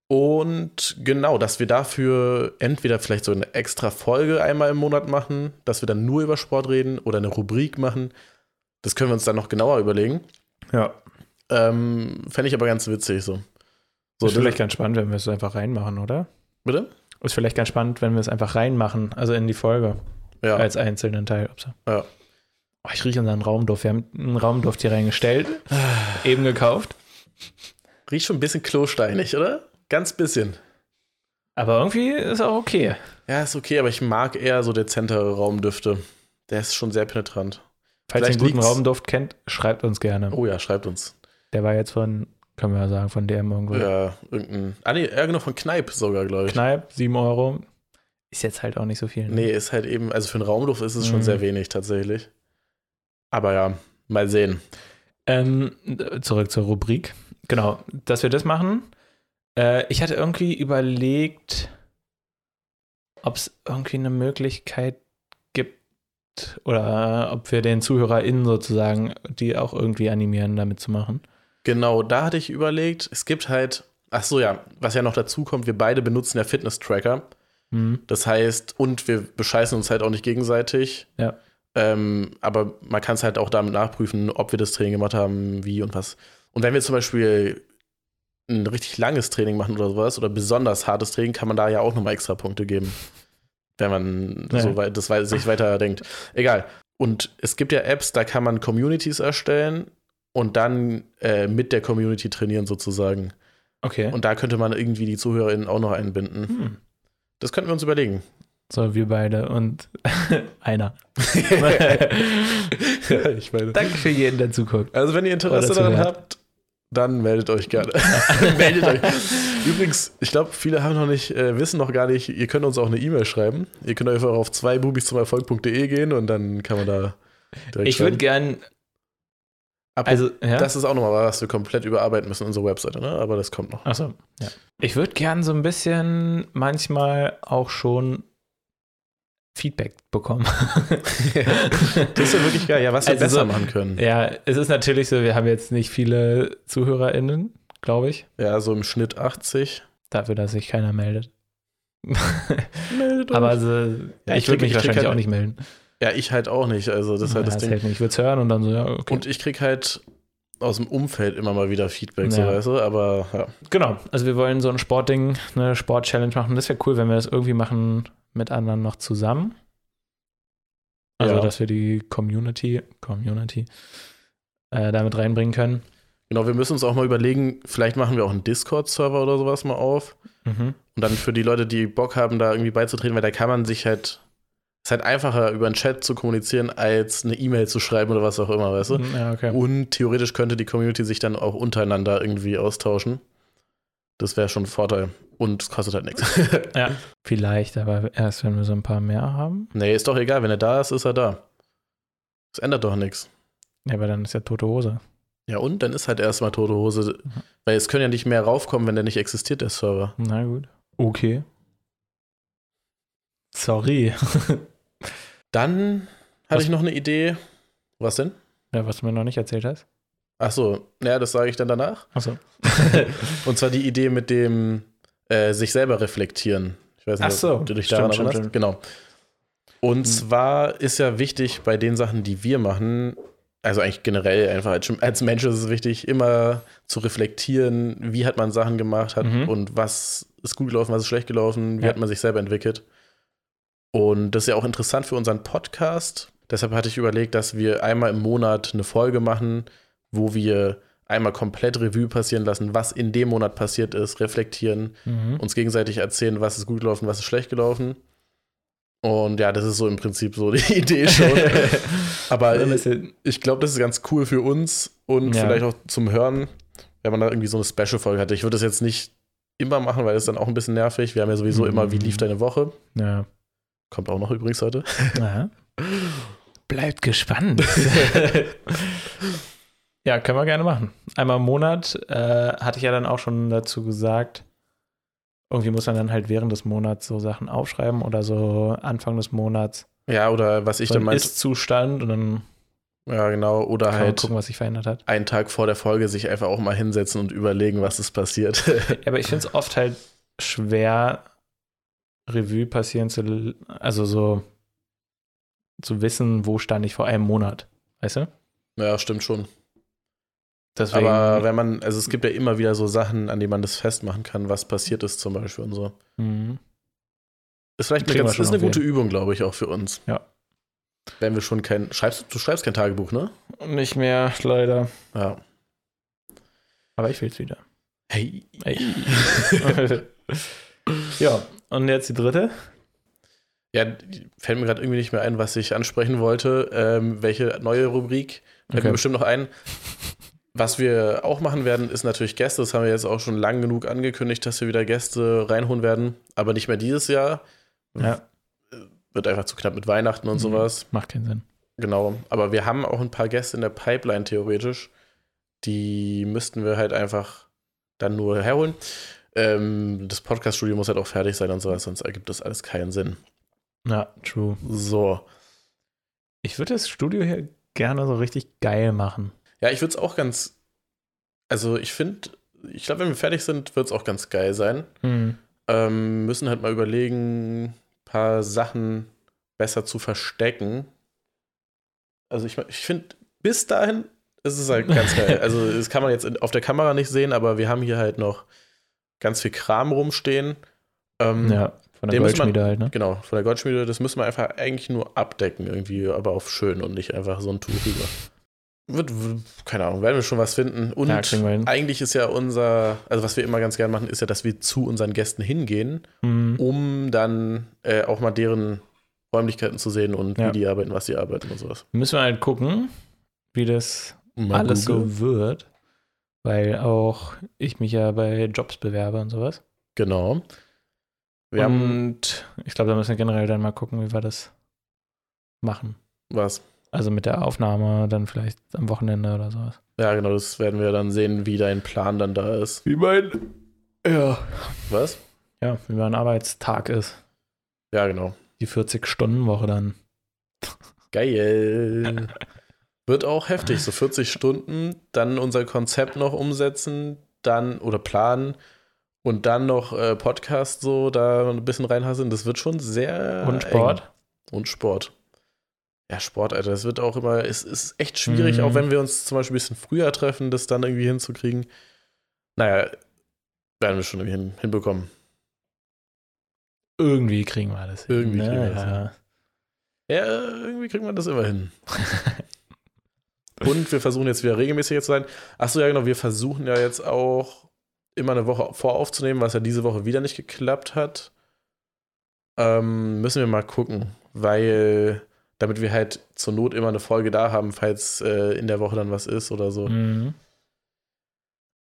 Speaker 1: Und genau, dass wir dafür entweder vielleicht so eine extra Folge einmal im Monat machen, dass wir dann nur über Sport reden oder eine Rubrik machen. Das können wir uns dann noch genauer überlegen.
Speaker 2: Ja,
Speaker 1: Ähm, Fände ich aber ganz witzig so. So,
Speaker 2: ist
Speaker 1: das,
Speaker 2: vielleicht ganz spannend, wenn wir es einfach reinmachen, oder?
Speaker 1: bitte?
Speaker 2: Ist vielleicht ganz spannend, wenn wir es einfach reinmachen, also in die Folge,
Speaker 1: Ja.
Speaker 2: als einzelnen Teil. Ups.
Speaker 1: Ja.
Speaker 2: Oh, ich rieche unseren Raumduft. Wir haben einen Raumduft hier reingestellt,
Speaker 1: Ah.
Speaker 2: eben gekauft.
Speaker 1: Riecht schon ein bisschen klosteinig, oder? Ganz bisschen.
Speaker 2: Aber irgendwie ist auch okay.
Speaker 1: Ja, ist okay, aber ich mag eher so dezentere Raumdüfte. Der ist schon sehr penetrant.
Speaker 2: Falls ihr einen
Speaker 1: Vielleicht
Speaker 2: guten
Speaker 1: liegt's-
Speaker 2: Raumduft kennt, schreibt uns gerne.
Speaker 1: Oh ja, schreibt uns.
Speaker 2: Der war jetzt von, können wir Oh ja sagen, von DM irgendwo.
Speaker 1: Ja, irgendein. Ah, nee, ja, genau, von Kneipp sogar, glaube ich.
Speaker 2: Kneipp, 7 Euro. Ist jetzt halt auch nicht so viel. ne?
Speaker 1: Nee, ist halt eben, also für einen Raumduft ist es schon
Speaker 2: Mhm.
Speaker 1: sehr wenig tatsächlich. Aber ja, mal sehen.
Speaker 2: Ähm, zurück zur Rubrik. Genau, dass wir das machen. Äh, ich hatte irgendwie überlegt, ob es irgendwie eine Möglichkeit gibt oder ob wir den ZuhörerInnen sozusagen, die auch irgendwie animieren, damit zu machen.
Speaker 1: Genau, da hatte ich überlegt, es gibt halt, ach so ja, was ja noch dazu kommt, wir beide benutzen ja Fitness-Tracker.
Speaker 2: Hm.
Speaker 1: Das heißt, und wir bescheißen uns halt auch nicht gegenseitig.
Speaker 2: Ja.
Speaker 1: Ähm, aber man kann es halt auch damit nachprüfen, ob wir das Training gemacht haben, wie und was. Und wenn wir zum Beispiel ein richtig langes Training machen oder sowas oder besonders hartes Training, kann man da ja auch nochmal extra Punkte geben. wenn man
Speaker 2: Nee.
Speaker 1: so weit, das wei- sich weiter denkt. Egal. Und es gibt ja Apps, da kann man Communities erstellen und dann äh, mit der Community trainieren sozusagen.
Speaker 2: Okay.
Speaker 1: Und da könnte man irgendwie die ZuhörerInnen auch noch einbinden.
Speaker 2: Hm.
Speaker 1: Das könnten wir uns überlegen.
Speaker 2: So, wir beide und einer.
Speaker 1: ja, ich meine.
Speaker 2: Danke für jeden, der zuguckt.
Speaker 1: Also, wenn ihr Interesse
Speaker 2: Oder
Speaker 1: daran
Speaker 2: zuhört.
Speaker 1: habt, dann meldet euch gerne. meldet euch. Übrigens, ich glaube, viele haben noch nicht, äh, wissen noch gar nicht, ihr könnt uns auch eine E-Mail schreiben. Ihr könnt einfach auf zwei Bubis zum Erfolg.de gehen und dann kann man da direkt
Speaker 2: Ich würde
Speaker 1: schreiben.
Speaker 2: gern,
Speaker 1: Apropos-
Speaker 2: also, ja.
Speaker 1: Das ist auch nochmal was wir komplett überarbeiten müssen, unsere Webseite, ne? Aber das kommt noch.
Speaker 2: Achso, ja. Ich würde gern so ein bisschen manchmal auch schon Feedback bekommen.
Speaker 1: Das ist ja wirklich geil. Ja, was wir
Speaker 2: Also
Speaker 1: besser
Speaker 2: so-
Speaker 1: machen können. Ja.
Speaker 2: Ja, es ist natürlich so, wir haben jetzt nicht viele ZuhörerInnen, glaube ich,
Speaker 1: so im Schnitt 80.
Speaker 2: dafür, dass sich keiner meldet.
Speaker 1: Meldet euch.
Speaker 2: Aber so,
Speaker 1: Ja, ich
Speaker 2: ich würde
Speaker 1: krieg-
Speaker 2: mich
Speaker 1: ich krieg
Speaker 2: wahrscheinlich
Speaker 1: halt-
Speaker 2: auch nicht melden.
Speaker 1: ja, ich halt auch nicht. Also, das ist halt
Speaker 2: Ja,
Speaker 1: das Ding.
Speaker 2: hält nicht. Ich würde es hören und dann so, ja, okay.
Speaker 1: Und ich krieg halt aus dem Umfeld immer mal wieder Feedback, so
Speaker 2: Ja.
Speaker 1: weißt du, aber ja.
Speaker 2: genau, also wir wollen so ein Sportding, eine Sport-Challenge machen. Das wäre cool, wenn wir das irgendwie machen mit anderen noch zusammen. Also,
Speaker 1: Ja.
Speaker 2: dass wir die Community, Community äh, damit reinbringen können.
Speaker 1: Genau, wir müssen uns auch mal überlegen, vielleicht machen wir auch einen Discord-Server oder sowas mal auf.
Speaker 2: Mhm.
Speaker 1: Und dann für die Leute, die Bock haben, da irgendwie beizutreten, weil da kann man sich halt, ist halt einfacher, über einen Chat zu kommunizieren, als eine E-Mail zu schreiben oder was auch immer, weißt du?
Speaker 2: Ja, okay.
Speaker 1: Und theoretisch könnte die Community sich dann auch untereinander irgendwie austauschen. Das wäre schon ein Vorteil. Und es kostet halt nichts.
Speaker 2: Vielleicht, aber erst wenn wir so ein paar mehr haben.
Speaker 1: nee, ist doch egal, wenn er da ist, ist er da. Das ändert doch nichts.
Speaker 2: Ja, aber dann ist ja tote Hose.
Speaker 1: Ja, und dann ist halt erstmal tote Hose, weil es können ja nicht mehr raufkommen, wenn der nicht existiert, der Server.
Speaker 2: Na gut. Okay. Sorry.
Speaker 1: Dann hatte
Speaker 2: Was-
Speaker 1: ich noch eine Idee. Was denn?
Speaker 2: Ja, was du mir noch nicht erzählt hast.
Speaker 1: Ach so, ja, das sage ich dann danach.
Speaker 2: Achso.
Speaker 1: Und zwar die Idee mit dem äh, sich selber reflektieren. Ich weiß nicht,
Speaker 2: Ach so,
Speaker 1: ob du dich
Speaker 2: stimmt,
Speaker 1: daran
Speaker 2: stimmt,
Speaker 1: erinnerst.
Speaker 2: stimmt.
Speaker 1: Genau. Und zwar ist ja wichtig bei den Sachen, die wir machen, also eigentlich generell einfach als, als Mensch ist es wichtig, immer zu reflektieren, wie hat man Sachen gemacht hat
Speaker 2: Mhm.
Speaker 1: und was ist gut gelaufen, was ist schlecht gelaufen, wie
Speaker 2: Ja.
Speaker 1: hat man sich selber entwickelt. Und das ist ja auch interessant für unseren Podcast. Deshalb hatte ich überlegt, dass wir einmal im Monat eine Folge machen, wo wir einmal komplett Revue passieren lassen, was in dem Monat passiert ist, reflektieren,
Speaker 2: Mhm.
Speaker 1: uns gegenseitig erzählen, was ist gut gelaufen, was ist schlecht gelaufen. Und ja, das ist so im Prinzip so die Idee schon. Aber
Speaker 2: Dann
Speaker 1: ich,
Speaker 2: ist ja-
Speaker 1: ich glaube, das ist ganz cool für uns und
Speaker 2: Ja.
Speaker 1: vielleicht auch zum Hören, wenn man da irgendwie so eine Special-Folge hatte. Ich würde das jetzt nicht immer machen, weil das ist dann auch ein bisschen nervig. Wir haben ja sowieso immer, wie
Speaker 2: Mhm.
Speaker 1: lief deine Woche?
Speaker 2: ja.
Speaker 1: Kommt auch noch übrigens heute.
Speaker 2: ja. Bleibt gespannt. ja, können wir gerne machen. Einmal im Monat äh, hatte ich ja dann auch schon dazu gesagt. Irgendwie muss man dann halt während des Monats so Sachen aufschreiben oder so Anfang des Monats
Speaker 1: Ja, oder was ich
Speaker 2: so
Speaker 1: dann
Speaker 2: einen
Speaker 1: meinte.
Speaker 2: Ist-Zustand und dann
Speaker 1: Ja, genau. Oder
Speaker 2: kann man
Speaker 1: halt
Speaker 2: gucken, was sich verändert hat.
Speaker 1: einen Tag vor der Folge sich einfach auch mal hinsetzen und überlegen, was ist passiert.
Speaker 2: Ja, aber ich finde es oft halt schwer, Revue passieren zu, l- also so zu wissen, wo stand ich vor einem Monat. Weißt du?
Speaker 1: ja, stimmt schon.
Speaker 2: Deswegen,
Speaker 1: Aber wenn man, also es gibt ja immer wieder so Sachen, an denen man das festmachen kann, was passiert ist zum Beispiel und so.
Speaker 2: Mhm.
Speaker 1: Ist vielleicht eine,
Speaker 2: Kriegen wir
Speaker 1: ganz,
Speaker 2: schon
Speaker 1: ist eine
Speaker 2: noch
Speaker 1: gute Übung, glaube ich, auch für uns.
Speaker 2: Ja.
Speaker 1: Wenn wir schon kein, schreibst, du schreibst kein Tagebuch, ne?
Speaker 2: nicht mehr, leider.
Speaker 1: Ja.
Speaker 2: Aber ich will es wieder.
Speaker 1: Hey.
Speaker 2: Ey. ja, und jetzt die dritte.
Speaker 1: Ja, fällt mir gerade irgendwie nicht mehr ein, was ich ansprechen wollte. Ähm, welche neue Rubrik? Fällt mir bestimmt noch ein. Was wir auch machen werden, ist natürlich Gäste. Das haben wir jetzt auch schon lang genug angekündigt, dass wir wieder Gäste reinholen werden. Aber nicht mehr dieses Jahr.
Speaker 2: Ja,
Speaker 1: Wird einfach zu knapp mit Weihnachten und
Speaker 2: Mhm.
Speaker 1: sowas.
Speaker 2: macht keinen Sinn.
Speaker 1: Genau. Aber wir haben auch ein paar Gäste in der Pipeline theoretisch. Die müssten wir halt einfach dann nur herholen. Ähm, das Podcast-Studio muss halt auch fertig sein und sowas, sonst ergibt das alles keinen Sinn.
Speaker 2: Ja, true.
Speaker 1: So.
Speaker 2: Ich würde das Studio hier gerne so richtig geil machen.
Speaker 1: Ja, ich würde es auch ganz. Also, ich finde, ich glaube, wenn wir fertig sind, wird es auch ganz geil sein.
Speaker 2: Hm.
Speaker 1: Ähm, müssen halt mal überlegen, ein paar Sachen besser zu verstecken. Also, ich, mein, ich finde, bis dahin ist es halt ganz geil. Also, das kann man jetzt in- auf der
Speaker 2: Hm.
Speaker 1: Kamera nicht sehen, aber wir haben hier halt noch ganz viel Kram rumstehen. Ähm,
Speaker 2: Ja, Von der
Speaker 1: Den müssen wir-
Speaker 2: Goldschmiede halt, ne?
Speaker 1: Genau, von der Goldschmiede, das müssen wir einfach eigentlich nur abdecken, irgendwie, aber auf schön und nicht einfach so ein Tuch rüber. Wird, wird- keine Ahnung, werden wir schon was finden. Und
Speaker 2: Ja, kriegen wir hin.
Speaker 1: eigentlich ist ja unser, also was wir immer ganz gerne machen, ist ja, dass wir zu unseren Gästen hingehen,
Speaker 2: Mhm.
Speaker 1: um dann äh, auch mal deren Räumlichkeiten zu sehen und
Speaker 2: Ja.
Speaker 1: wie die arbeiten, was sie arbeiten und sowas.
Speaker 2: Müssen wir halt gucken, wie das
Speaker 1: Mal
Speaker 2: alles
Speaker 1: googeln.
Speaker 2: so wird. Weil auch ich mich ja bei Jobs bewerbe und sowas.
Speaker 1: Genau. Wir haben
Speaker 2: und ich glaube, da müssen wir generell dann mal gucken, wie wir das machen.
Speaker 1: was.
Speaker 2: Also mit der Aufnahme dann vielleicht am Wochenende oder sowas.
Speaker 1: Ja, genau, das werden wir dann sehen, wie dein Plan dann da ist.
Speaker 2: Wie mein. Ja.
Speaker 1: Was?
Speaker 2: Ja, wie mein Arbeitstag ist.
Speaker 1: Ja, genau.
Speaker 2: Die 40-Stunden-Woche dann.
Speaker 1: Geil. Wird auch heftig, so 40 Stunden, dann unser Konzept noch umsetzen, dann oder planen und dann noch äh, Podcast so da ein bisschen reinhasseln. Das wird schon sehr.
Speaker 2: Und Sport.
Speaker 1: Eng. Und Sport. Ja, Sport, Alter, das wird auch immer, es ist echt schwierig,
Speaker 2: Mhm.
Speaker 1: auch wenn wir uns zum Beispiel ein bisschen früher treffen, das dann irgendwie hinzukriegen. Naja, werden wir schon irgendwie hin, hinbekommen.
Speaker 2: Irgendwie kriegen wir das. hin. ne?
Speaker 1: Irgendwie kriegen wir das
Speaker 2: Naja.
Speaker 1: Ja, irgendwie kriegt man das immer hin. Und wir versuchen jetzt wieder regelmäßiger zu sein. Achso, ja, genau, wir versuchen ja jetzt auch immer eine Woche voraufzunehmen, was ja diese Woche wieder nicht geklappt hat. Ähm, müssen wir mal gucken, weil damit wir halt zur Not immer eine Folge da haben, falls äh, in der Woche dann was ist oder so.
Speaker 2: Mhm.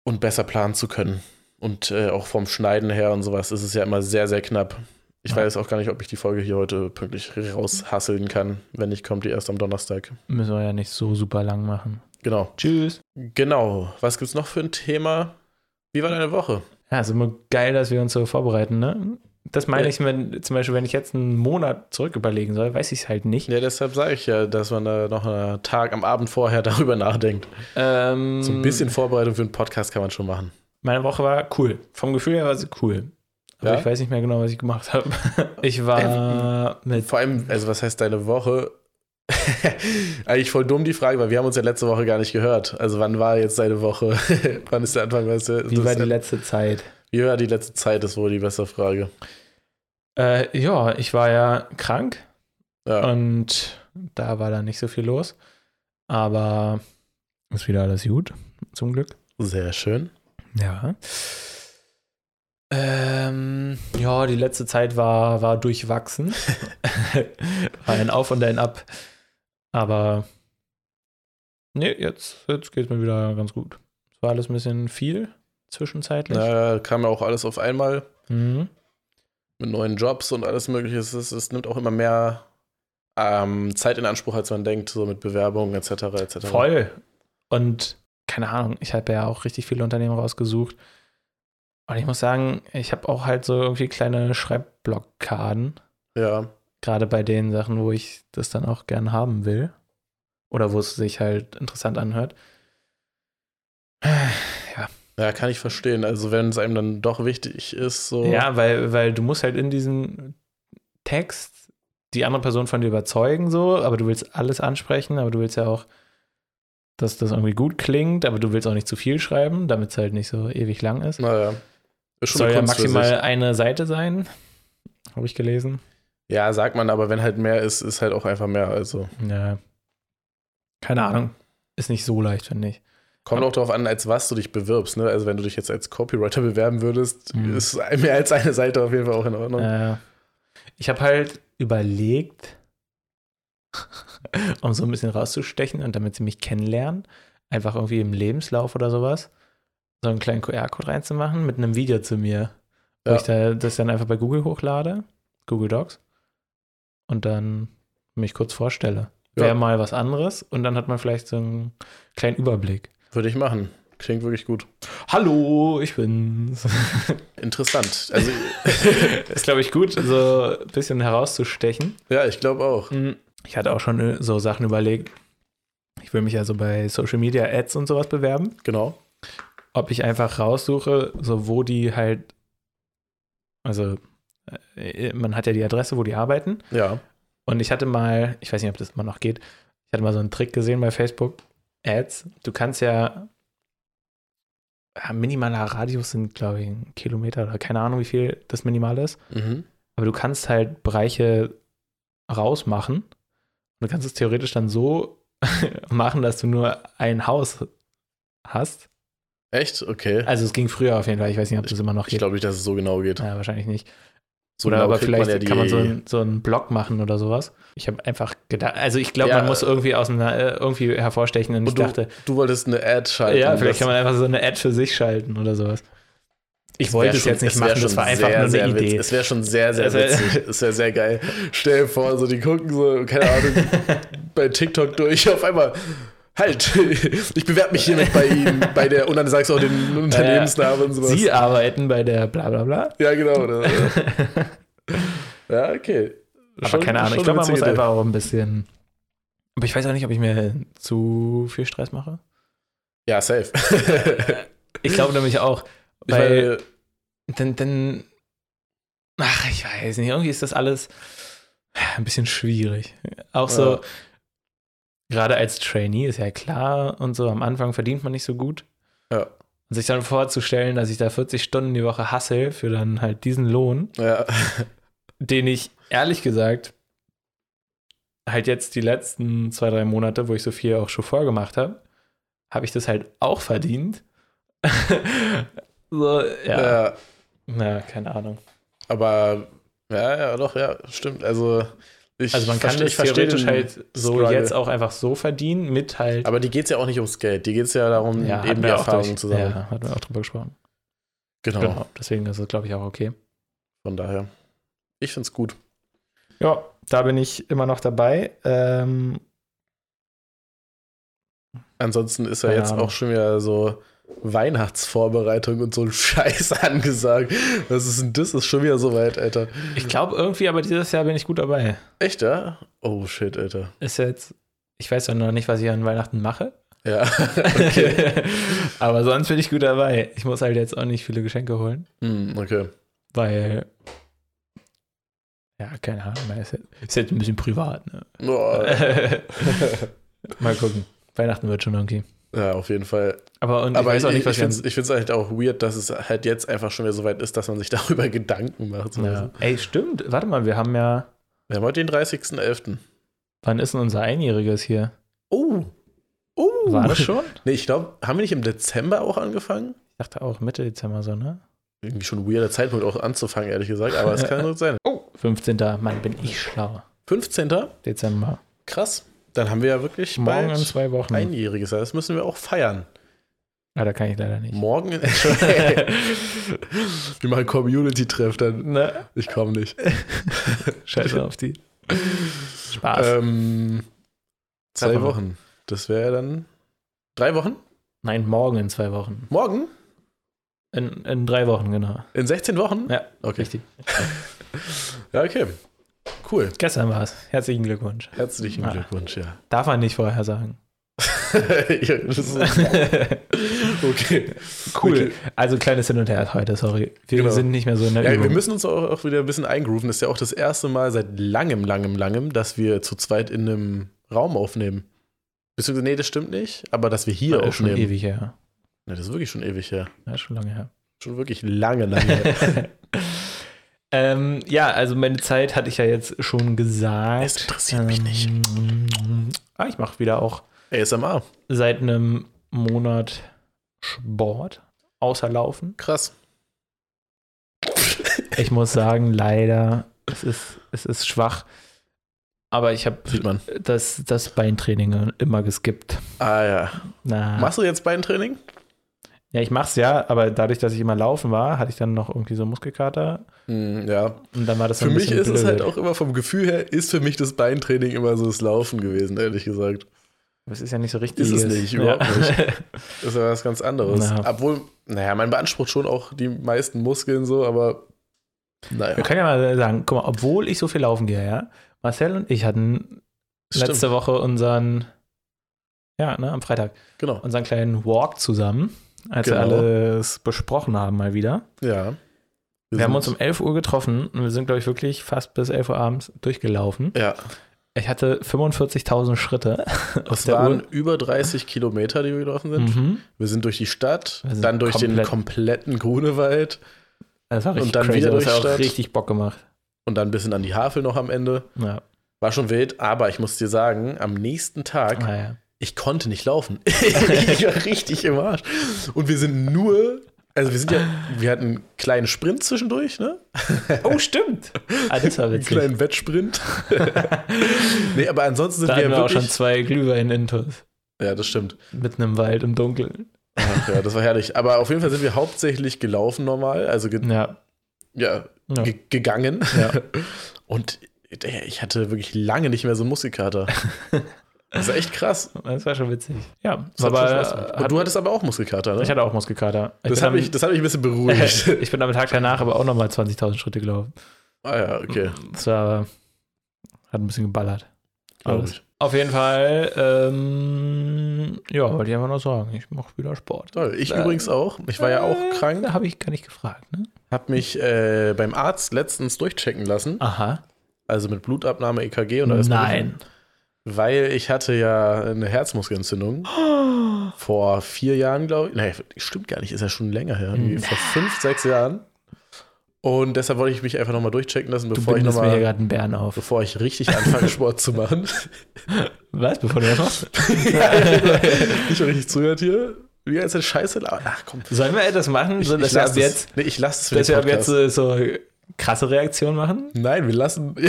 Speaker 1: Und besser planen zu können. Und äh, auch vom Schneiden her und sowas ist es ja immer sehr, sehr knapp. Ich
Speaker 2: Ja.
Speaker 1: weiß auch gar nicht, ob ich die Folge hier heute pünktlich raushasseln kann. Wenn nicht, kommt die erst am Donnerstag.
Speaker 2: Müssen wir ja nicht so super lang machen.
Speaker 1: Genau.
Speaker 2: Tschüss.
Speaker 1: Genau. Was gibt's noch für ein Thema? Wie war deine Woche?
Speaker 2: Ja, ist immer geil, dass wir uns so vorbereiten, ne? Das meine
Speaker 1: Ja.
Speaker 2: ich, wenn, zum Beispiel, wenn ich jetzt einen Monat zurück überlegen soll, weiß ich es halt nicht.
Speaker 1: Ja, deshalb sage ich ja, dass man da noch einen Tag am Abend vorher darüber nachdenkt.
Speaker 2: Ähm,
Speaker 1: So ein bisschen Vorbereitung für einen Podcast kann man schon machen.
Speaker 2: Meine Woche war cool. Vom Gefühl her war sie cool. Aber
Speaker 1: Ja?
Speaker 2: ich weiß nicht mehr genau, was ich gemacht habe. Ich war mit.
Speaker 1: Vor allem, also was heißt deine Woche? Eigentlich voll dumm die Frage, weil wir haben uns ja letzte Woche gar nicht gehört. Also wann war jetzt deine Woche? wann ist der Anfang? Weißt du,
Speaker 2: Wie
Speaker 1: das-
Speaker 2: war die letzte Zeit?
Speaker 1: wie war die letzte Zeit? Ist wohl die bessere Frage.
Speaker 2: Äh, ja, ich war ja krank. Ah.
Speaker 1: Ja.
Speaker 2: Und da war dann nicht so viel los. Aber ist wieder alles gut, zum Glück.
Speaker 1: Sehr schön.
Speaker 2: Ja. Ähm, ja, die letzte Zeit war, war durchwachsen. war ein Auf und ein Ab. Aber nee, jetzt, jetzt geht es mir wieder ganz gut. Es war alles ein bisschen viel zwischenzeitlich.
Speaker 1: Na, kam ja auch alles auf einmal.
Speaker 2: Mhm.
Speaker 1: mit neuen Jobs und alles Mögliche. Es, ist, es nimmt auch immer mehr ähm, Zeit in Anspruch, als man denkt, so mit Bewerbungen etc. etc.
Speaker 2: Voll. Also Und keine Ahnung, ich habe ja auch richtig viele Unternehmen rausgesucht. Und ich muss sagen, ich habe auch halt so irgendwie kleine Schreibblockaden,
Speaker 1: Ja,
Speaker 2: gerade bei den Sachen, wo ich das dann auch gern haben will. Oder wo es sich halt interessant anhört.
Speaker 1: ja, kann ich verstehen. Also wenn es einem dann doch wichtig ist, so
Speaker 2: Ja, weil, weil du musst halt in diesem Text die andere Person von dir überzeugen, so, aber du willst alles ansprechen, aber du willst ja auch, dass das irgendwie gut klingt, aber du willst auch nicht zu viel schreiben, damit es halt nicht so ewig lang ist.
Speaker 1: naja, ist schon
Speaker 2: Soll
Speaker 1: eine
Speaker 2: ja
Speaker 1: Kunst für sich.
Speaker 2: maximal eine Seite sein, habe ich gelesen.
Speaker 1: Ja, sagt man, aber wenn halt mehr ist, ist halt auch einfach mehr. Also
Speaker 2: Ja. Keine Ahnung. Ist nicht so leicht, finde ich.
Speaker 1: kommt
Speaker 2: Aber-
Speaker 1: auch darauf an, als was du dich bewirbst. Ne? Also wenn du dich jetzt als Copywriter bewerben würdest,
Speaker 2: Mhm.
Speaker 1: ist mehr als eine Seite auf jeden Fall auch in Ordnung.
Speaker 2: Äh, ich habe halt überlegt, um so ein bisschen rauszustechen und damit sie mich kennenlernen, einfach irgendwie im Lebenslauf oder sowas, so einen kleinen QR-Code reinzumachen mit einem Video zu mir. Wo
Speaker 1: Ja.
Speaker 2: ich da, das dann einfach bei Google hochlade, Google Docs, und dann mich kurz vorstelle.
Speaker 1: Ja.
Speaker 2: Wäre mal was anderes und dann hat man vielleicht so einen kleinen Überblick.
Speaker 1: Würde ich machen. Klingt wirklich gut.
Speaker 2: Hallo, ich bin's.
Speaker 1: Interessant. Also
Speaker 2: ist, glaube ich, gut, so ein bisschen herauszustechen.
Speaker 1: ja, ich glaube auch.
Speaker 2: Ich hatte auch schon äh, so Sachen überlegt. Ich will mich ja so bei Social Media Ads und sowas bewerben.
Speaker 1: Genau.
Speaker 2: Ob ich einfach raussuche, so wo die halt, also äh, man hat ja die Adresse, wo die arbeiten.
Speaker 1: Ja.
Speaker 2: Und ich hatte mal, ich weiß nicht, ob das immer noch geht, ich hatte mal so einen Trick gesehen bei Facebook Ads. Du kannst ja, ja minimaler Radius sind, glaube ich, ein Kilometer oder keine Ahnung, wie viel das minimal ist.
Speaker 1: Mhm.
Speaker 2: Aber du kannst halt Bereiche rausmachen. Und du kannst es theoretisch dann so machen, dass du nur ein Haus hast.
Speaker 1: Echt? Okay.
Speaker 2: Also es ging früher auf jeden Fall. Ich weiß nicht, ob das immer noch
Speaker 1: Ich
Speaker 2: geht.
Speaker 1: glaube nicht, dass es so genau geht.
Speaker 2: ja, wahrscheinlich nicht.
Speaker 1: So
Speaker 2: oder
Speaker 1: genau
Speaker 2: aber
Speaker 1: kriegt
Speaker 2: vielleicht
Speaker 1: ja die-
Speaker 2: kann man so, ein, so einen Blog machen oder sowas. Ich habe einfach gedacht, also ich glaube,
Speaker 1: Ja,
Speaker 2: man muss irgendwie aus einer, äh, irgendwie hervorstechen und ich
Speaker 1: Und du,
Speaker 2: dachte,
Speaker 1: du wolltest eine Ad schalten.
Speaker 2: ja, vielleicht
Speaker 1: das-
Speaker 2: kann man einfach so eine Ad für sich schalten oder sowas. Ich
Speaker 1: Es
Speaker 2: wollte
Speaker 1: wär
Speaker 2: es
Speaker 1: schon-
Speaker 2: jetzt nicht
Speaker 1: wär
Speaker 2: machen, das
Speaker 1: schon
Speaker 2: war einfach
Speaker 1: sehr,
Speaker 2: nur
Speaker 1: sehr
Speaker 2: eine
Speaker 1: witz-
Speaker 2: Idee. Also-
Speaker 1: Es wäre schon sehr, sehr
Speaker 2: Es wär-
Speaker 1: witzig. Es wäre sehr geil. Stell dir vor, so die gucken so, keine Ahnung, bei TikTok durch, auf einmal. Halt, ich bewerbe mich hiermit bei Ihnen, bei der, und dann sagst du auch den Unternehmensnamen und sowas.
Speaker 2: Sie arbeiten bei der bla bla bla.
Speaker 1: Ja, genau. Oder? ja, okay.
Speaker 2: Aber
Speaker 1: Schon-
Speaker 2: keine Ahnung,
Speaker 1: schon
Speaker 2: ich glaube, man
Speaker 1: witzige
Speaker 2: muss
Speaker 1: Idee.
Speaker 2: einfach auch ein bisschen. Aber ich weiß auch nicht, ob ich mir zu viel Stress mache.
Speaker 1: Ja, safe. ich
Speaker 2: Ich glaube nämlich auch, weil
Speaker 1: meine,
Speaker 2: dann, dann. Ach, ich weiß nicht, irgendwie ist das alles ein bisschen schwierig. Auch so,
Speaker 1: Ja.
Speaker 2: gerade als Trainee ist ja klar und so, am Anfang verdient man nicht so gut.
Speaker 1: Ja.
Speaker 2: Und sich dann vorzustellen, dass ich da 40 Stunden die Woche hassel für dann halt diesen Lohn.
Speaker 1: ja.
Speaker 2: den ich ehrlich gesagt halt jetzt die letzten zwei, drei Monate, wo ich so viel auch Chauffeur gemacht habe, habe ich das halt auch verdient. so, ja.
Speaker 1: ja.
Speaker 2: Na, keine Ahnung.
Speaker 1: Aber, ja, ja, doch, ja, stimmt. Also, ich
Speaker 2: Also man kann
Speaker 1: verste-
Speaker 2: das
Speaker 1: ich verstehe
Speaker 2: theoretisch
Speaker 1: den
Speaker 2: halt so
Speaker 1: Struggle.
Speaker 2: jetzt auch einfach so verdienen mit halt
Speaker 1: Aber die geht es ja auch nicht ums Geld. Die geht es ja darum,
Speaker 2: ja, hatten
Speaker 1: eben die
Speaker 2: wir auch
Speaker 1: Erfahrung
Speaker 2: durch-
Speaker 1: zu sammeln.
Speaker 2: Ja, hatten wir auch drüber gesprochen.
Speaker 1: Genau.
Speaker 2: Genau. Deswegen ist es, glaube ich, auch okay.
Speaker 1: Von daher. Ich finde es gut.
Speaker 2: Ja, da bin ich immer noch dabei. Ähm,
Speaker 1: Ansonsten ist ja
Speaker 2: Keine
Speaker 1: jetzt
Speaker 2: Ahnung.
Speaker 1: auch schon wieder so Weihnachtsvorbereitung und so ein Scheiß angesagt. Das ist, ein- das ist schon wieder so weit, Alter.
Speaker 2: ich glaube irgendwie, aber dieses Jahr bin ich gut dabei.
Speaker 1: Echt, ja? Oh, shit, Alter.
Speaker 2: Ist jetzt, ich weiß ja noch nicht, was ich an Weihnachten mache.
Speaker 1: Ja, okay.
Speaker 2: Aber sonst bin ich gut dabei. Ich muss halt jetzt auch nicht viele Geschenke holen,
Speaker 1: Hm, okay.
Speaker 2: weil. Ja, keine Ahnung. man Ist jetzt, ist jetzt ein bisschen privat. Ne?
Speaker 1: Boah.
Speaker 2: Äh. Mal gucken. Weihnachten wird schon irgendwie.
Speaker 1: Ja, auf jeden Fall.
Speaker 2: Aber und
Speaker 1: Aber
Speaker 2: ich weiß auch nicht, was
Speaker 1: ich finde es halt auch weird, dass es halt jetzt einfach schon wieder so weit ist, dass man sich darüber Gedanken macht.
Speaker 2: wir ja. Ey, stimmt. Warte mal, wir haben ja.
Speaker 1: Wir haben heute den 30.11.
Speaker 2: Wann ist denn unser Einjähriges hier?
Speaker 1: Oh. Oh.
Speaker 2: War das schon? Ich
Speaker 1: Nee, ich glaube, haben wir nicht im Dezember auch angefangen?
Speaker 2: dachte auch Mitte Dezember so, ne?
Speaker 1: Irgendwie schon ein weirder Zeitpunkt auch anzufangen, ehrlich gesagt, aber es kann gut sein.
Speaker 2: Oh. 15. Mann, bin ich schlau.
Speaker 1: 15.
Speaker 2: Dezember.
Speaker 1: Krass. Dann haben wir ja wirklich
Speaker 2: Morgen hm. in
Speaker 1: bald
Speaker 2: zwei Wochen.
Speaker 1: einjähriges. Das müssen wir auch feiern.
Speaker 2: ah, da kann ich leider nicht.
Speaker 1: Morgen. wir machen Community-Treff, dann.
Speaker 2: Ne?
Speaker 1: Ich komme nicht.
Speaker 2: Scheiße auf die. Äh. Spaß.
Speaker 1: Ähm, zwei
Speaker 2: Sag mal.
Speaker 1: Wochen. Das wäre dann. Drei Wochen?
Speaker 2: Nein, morgen in zwei Wochen.
Speaker 1: Morgen?
Speaker 2: In, in drei Wochen, genau.
Speaker 1: In 16 Wochen?
Speaker 2: Ja,
Speaker 1: okay.
Speaker 2: Richtig.
Speaker 1: Ja, okay. Cool.
Speaker 2: Gestern war es. Herzlichen Glückwunsch.
Speaker 1: Herzlichen
Speaker 2: Ah.
Speaker 1: Glückwunsch, ja.
Speaker 2: Darf man nicht vorher sagen.
Speaker 1: ja das ist okay.
Speaker 2: cool. Also kleines Hin und Her heute, sorry. Wir
Speaker 1: Genau.
Speaker 2: sind nicht mehr so in der
Speaker 1: Ja, wir
Speaker 2: Übung.
Speaker 1: müssen uns auch, auch wieder ein bisschen eingrooven. Das ist ja auch das erste Mal seit langem, langem, langem, dass wir zu zweit in einem Raum aufnehmen. Beziehungsweise, nee, das stimmt nicht, aber dass wir hier
Speaker 2: Ja, Äh, schon
Speaker 1: aufnehmen.
Speaker 2: ewig her.
Speaker 1: Nee, das ist wirklich schon ewig her.
Speaker 2: Ja, schon lange her.
Speaker 1: Schon wirklich lange, lange her.
Speaker 2: ähm, ja, also meine Zeit hatte ich ja jetzt schon gesagt.
Speaker 1: Es interessiert
Speaker 2: Äh,
Speaker 1: mich nicht.
Speaker 2: Ah, ich mache wieder auch
Speaker 1: ASMR.
Speaker 2: seit einem Monat Sport, außer Laufen.
Speaker 1: Krass.
Speaker 2: Ich muss sagen, leider, es ist, es ist schwach. Aber ich habe
Speaker 1: Sieht man.
Speaker 2: das, das Beintraining immer geskippt.
Speaker 1: Ah ja.
Speaker 2: Na,
Speaker 1: Machst du jetzt Beintraining?
Speaker 2: ja, ich mach's ja, aber dadurch, dass ich immer laufen war, hatte ich dann noch irgendwie so Muskelkater
Speaker 1: Hm, ja.
Speaker 2: und dann war das so
Speaker 1: Für
Speaker 2: ein
Speaker 1: mich
Speaker 2: bisschen
Speaker 1: ist es halt
Speaker 2: blöd.
Speaker 1: auch immer vom Gefühl her, ist für mich das Beintraining immer so das Laufen gewesen, ehrlich gesagt.
Speaker 2: Aber es ist ja nicht so richtig.
Speaker 1: Ist es nicht, überhaupt
Speaker 2: ja. nicht.
Speaker 1: Das ist ja was ganz anderes.
Speaker 2: Na.
Speaker 1: Obwohl, naja, man beansprucht schon auch die meisten Muskeln so, aber naja.
Speaker 2: Wir können ja mal sagen, guck mal, obwohl ich so viel laufen gehe, ja, Marcel und ich hatten
Speaker 1: Stimmt.
Speaker 2: letzte Woche unseren, ja, ne, am Freitag,
Speaker 1: Genau.
Speaker 2: unseren kleinen Walk zusammen, als wir
Speaker 1: Genau.
Speaker 2: alles besprochen haben mal wieder.
Speaker 1: Ja.
Speaker 2: Wir, haben uns um 11 Uhr getroffen und wir sind, glaube ich, wirklich fast bis 11 Uhr abends durchgelaufen.
Speaker 1: Ja,
Speaker 2: Ich hatte 45.000 Schritte auf
Speaker 1: es
Speaker 2: der
Speaker 1: waren
Speaker 2: Uhr.
Speaker 1: über 30 Kilometer, die wir gelaufen sind.
Speaker 2: Mhm.
Speaker 1: Wir sind durch die Stadt,
Speaker 2: Wir sind
Speaker 1: dann durch den
Speaker 2: komplett-
Speaker 1: kompletten Grunewald.
Speaker 2: Das war richtig
Speaker 1: Und dann
Speaker 2: crazy.
Speaker 1: wieder
Speaker 2: das hat auch
Speaker 1: durchstarrt.
Speaker 2: richtig Bock gemacht.
Speaker 1: und dann ein bisschen an die Havel noch am Ende.
Speaker 2: Ja.
Speaker 1: War schon wild, aber ich muss dir sagen, am nächsten Tag,
Speaker 2: Ah, ja.
Speaker 1: ich konnte nicht laufen. ich war richtig im Arsch. Und wir sind nur, also wir sind ja, wir hatten einen kleinen Sprint zwischendurch, ne?
Speaker 2: Oh, stimmt. Ah, das war
Speaker 1: Einen
Speaker 2: witzig.
Speaker 1: kleinen Wettsprint. nee, aber ansonsten sind
Speaker 2: Da
Speaker 1: wir
Speaker 2: hatten
Speaker 1: ja
Speaker 2: wir auch
Speaker 1: wirklich.
Speaker 2: schon zwei Glühwein-Intos.
Speaker 1: ja, das stimmt.
Speaker 2: Mitten im Wald, im Dunkeln.
Speaker 1: Ach, ja, das war herrlich. Aber auf jeden Fall sind wir hauptsächlich gelaufen normal, also ge
Speaker 2: Ja.
Speaker 1: ja,
Speaker 2: Ja.
Speaker 1: ge gegangen.
Speaker 2: Ja.
Speaker 1: Und ey, ich hatte wirklich lange nicht mehr so einen Muskelkater. Das ist echt krass.
Speaker 2: Das war schon witzig. Ja,
Speaker 1: Das hat
Speaker 2: aber
Speaker 1: schon Spaß gemacht.
Speaker 2: hat-
Speaker 1: Und du hattest aber auch Muskelkater, ne?
Speaker 2: ich hatte auch Muskelkater. Ich
Speaker 1: das
Speaker 2: bin
Speaker 1: hat
Speaker 2: am-
Speaker 1: mich, das hat mich ein bisschen beruhigt.
Speaker 2: ich bin am Tag danach aber auch nochmal 20.000 Schritte gelaufen.
Speaker 1: ah ja, okay.
Speaker 2: Das war, hat ein bisschen geballert.
Speaker 1: Glaube
Speaker 2: Alles.
Speaker 1: ich.
Speaker 2: Auf jeden Fall, ähm, ja, wollte ich einfach nur sagen, ich mache wieder Sport.
Speaker 1: Toll. Ich
Speaker 2: Äh,
Speaker 1: übrigens auch. Ich war ja auch krank.
Speaker 2: Da habe ich gar nicht gefragt, ne?
Speaker 1: Hab mich äh, beim Arzt letztens durchchecken lassen.
Speaker 2: Aha.
Speaker 1: Also mit Blutabnahme, EKG und alles.
Speaker 2: Nein.
Speaker 1: Mögliche. Weil ich hatte ja eine Herzmuskelentzündung. vor vier Jahren, glaube ich. Nein, stimmt gar nicht, ist ja schon länger her. Irgendwie
Speaker 2: Hm.
Speaker 1: Vor fünf, sechs Jahren. Und deshalb wollte ich mich einfach nochmal durchchecken lassen,
Speaker 2: Du
Speaker 1: bevor ich
Speaker 2: bindest mir hier
Speaker 1: nochmal,
Speaker 2: gerade einen Bären auf.
Speaker 1: bevor ich richtig anfange, Sport zu machen.
Speaker 2: Was? Bevor du das machst?
Speaker 1: Nicht so richtig zuhört hier. Wie ganze Zeit Scheiße. la- Ach komm.
Speaker 2: Sollen wir das machen, so, dass wir ab
Speaker 1: lass
Speaker 2: jetzt,
Speaker 1: es. Nee, ich lasse es für
Speaker 2: dass
Speaker 1: den
Speaker 2: wir ab jetzt
Speaker 1: Podcast.
Speaker 2: so, so krasse Reaktionen machen?
Speaker 1: Nein, wir lassen.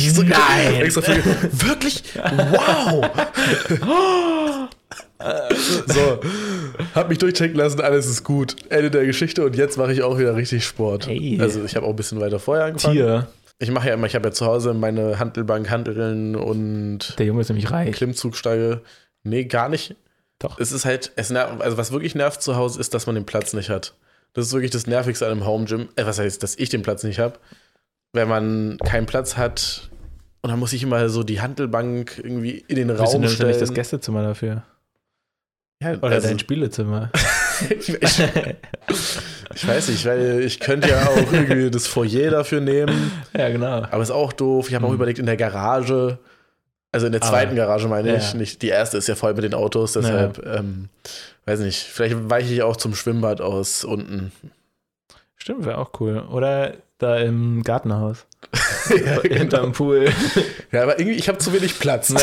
Speaker 1: Ich so-
Speaker 2: Nein.
Speaker 1: Extra Folge. Wirklich? Wow! so, hab mich durchchecken lassen, alles ist gut. Ende der Geschichte und jetzt mache ich auch wieder richtig Sport.
Speaker 2: Hey.
Speaker 1: Also ich habe auch ein bisschen weiter vorher angefangen.
Speaker 2: Tier.
Speaker 1: Ich mache ja immer, ich habe ja zu Hause meine Handelbank, Handeln und
Speaker 2: Der Junge ist nämlich reich.
Speaker 1: Klimmzugsteige. Nee, gar nicht.
Speaker 2: Doch.
Speaker 1: Es ist halt, es nervt, also was wirklich nervt zu Hause ist, dass man den Platz nicht hat. Das ist wirklich das Nervigste an einem Home Gym. Äh, was heißt, dass ich den Platz nicht habe? Wenn man keinen Platz hat und dann muss ich immer so die Handelbank irgendwie in den
Speaker 2: Wieso
Speaker 1: Raum
Speaker 2: nimmst du
Speaker 1: stellen.
Speaker 2: nicht das Gästezimmer dafür?
Speaker 1: ja,
Speaker 2: Oder
Speaker 1: also,
Speaker 2: dein Spielezimmer?
Speaker 1: ich, ich weiß nicht, weil ich könnte ja auch irgendwie das Foyer dafür nehmen.
Speaker 2: ja, genau.
Speaker 1: Aber ist auch doof. Ich habe auch
Speaker 2: Mhm.
Speaker 1: überlegt, in der Garage, also in der
Speaker 2: Aber-
Speaker 1: zweiten Garage meine ich,
Speaker 2: Ja.
Speaker 1: nicht die erste ist ja voll mit den Autos, deshalb, ähm, weiß nicht, vielleicht weiche ich auch zum Schwimmbad aus unten.
Speaker 2: Stimmt, wäre auch cool. Oder da im Gartenhaus.
Speaker 1: ja,
Speaker 2: Hinterm Pool.
Speaker 1: ja, aber irgendwie, ich habe zu wenig Platz.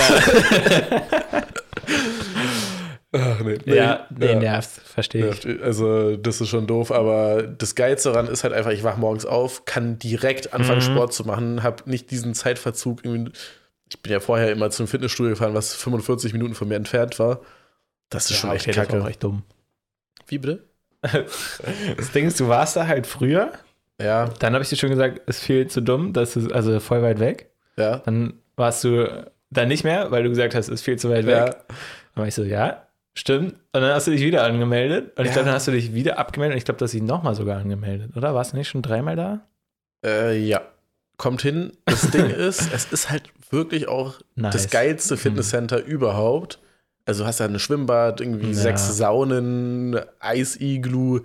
Speaker 1: Ach, nee.
Speaker 2: ja,
Speaker 1: Nee,
Speaker 2: nee, nervt. Verstehe ich.
Speaker 1: nervt. Also, das ist schon doof, aber das Geilste daran ist halt einfach, ich wache morgens auf, kann direkt anfangen,
Speaker 2: Mhm.
Speaker 1: Sport zu machen, habe nicht diesen Zeitverzug. Irgendwie. Ich bin ja vorher immer zum Fitnessstudio gefahren, was 45 Minuten von mir entfernt war. Das ist schon echt
Speaker 2: das war
Speaker 1: kacke.
Speaker 2: auch echt dumm.
Speaker 1: Wie bitte?
Speaker 2: Das Ding ist, du warst da halt früher.
Speaker 1: Ja,
Speaker 2: Dann habe ich dir schon gesagt, es ist viel zu dumm, dass es, also voll weit weg.
Speaker 1: ja.
Speaker 2: Dann warst du da nicht mehr, weil du gesagt hast, es ist viel zu weit weg.
Speaker 1: Ja,
Speaker 2: Dann war ich so, ja, stimmt. Und dann hast du dich wieder angemeldet. Und ich
Speaker 1: Ja.
Speaker 2: glaube, dann hast du dich wieder abgemeldet. Und ich glaube, dass sie nochmal sogar angemeldet, oder? Warst du nicht schon dreimal da?
Speaker 1: äh, ja. Kommt hin. Das Ding ist, es ist halt wirklich auch
Speaker 2: Nice.
Speaker 1: das
Speaker 2: Mhm.
Speaker 1: geilste Fitnesscenter überhaupt. Also du hast da ein Schwimmbad, irgendwie
Speaker 2: Ja.
Speaker 1: sechs Saunen, Eisiglu,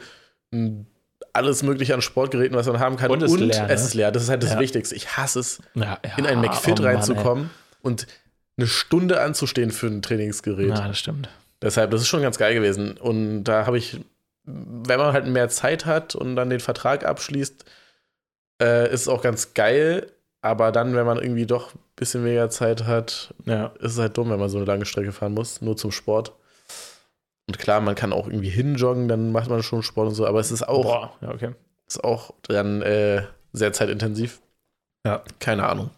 Speaker 1: n- alles mögliche an Sportgeräten, was man haben kann.
Speaker 2: Und es ist leer, ne?
Speaker 1: es ist leer. Das ist halt das
Speaker 2: Ja.
Speaker 1: Wichtigste. Ich hasse es,
Speaker 2: Ja, ja,
Speaker 1: in einen McFit
Speaker 2: oh Mann,
Speaker 1: reinzukommen und eine Stunde anzustehen für ein
Speaker 2: ey.
Speaker 1: Trainingsgerät.
Speaker 2: Ja, das stimmt.
Speaker 1: Deshalb, das ist schon ganz geil gewesen. Und da habe ich, wenn man halt mehr Zeit hat und dann den Vertrag abschließt, äh, ist es auch ganz geil. Aber dann, wenn man irgendwie doch ein bisschen weniger Zeit hat,
Speaker 2: Ja.
Speaker 1: ist es halt dumm, wenn man so eine lange Strecke fahren muss, nur zum Sport. Und klar, man kann auch irgendwie hinjoggen, dann macht man schon Sport und so, aber es ist auch,
Speaker 2: Boah, ja, okay.
Speaker 1: ist auch dann äh, sehr zeitintensiv.
Speaker 2: Ja.
Speaker 1: Keine Ahnung.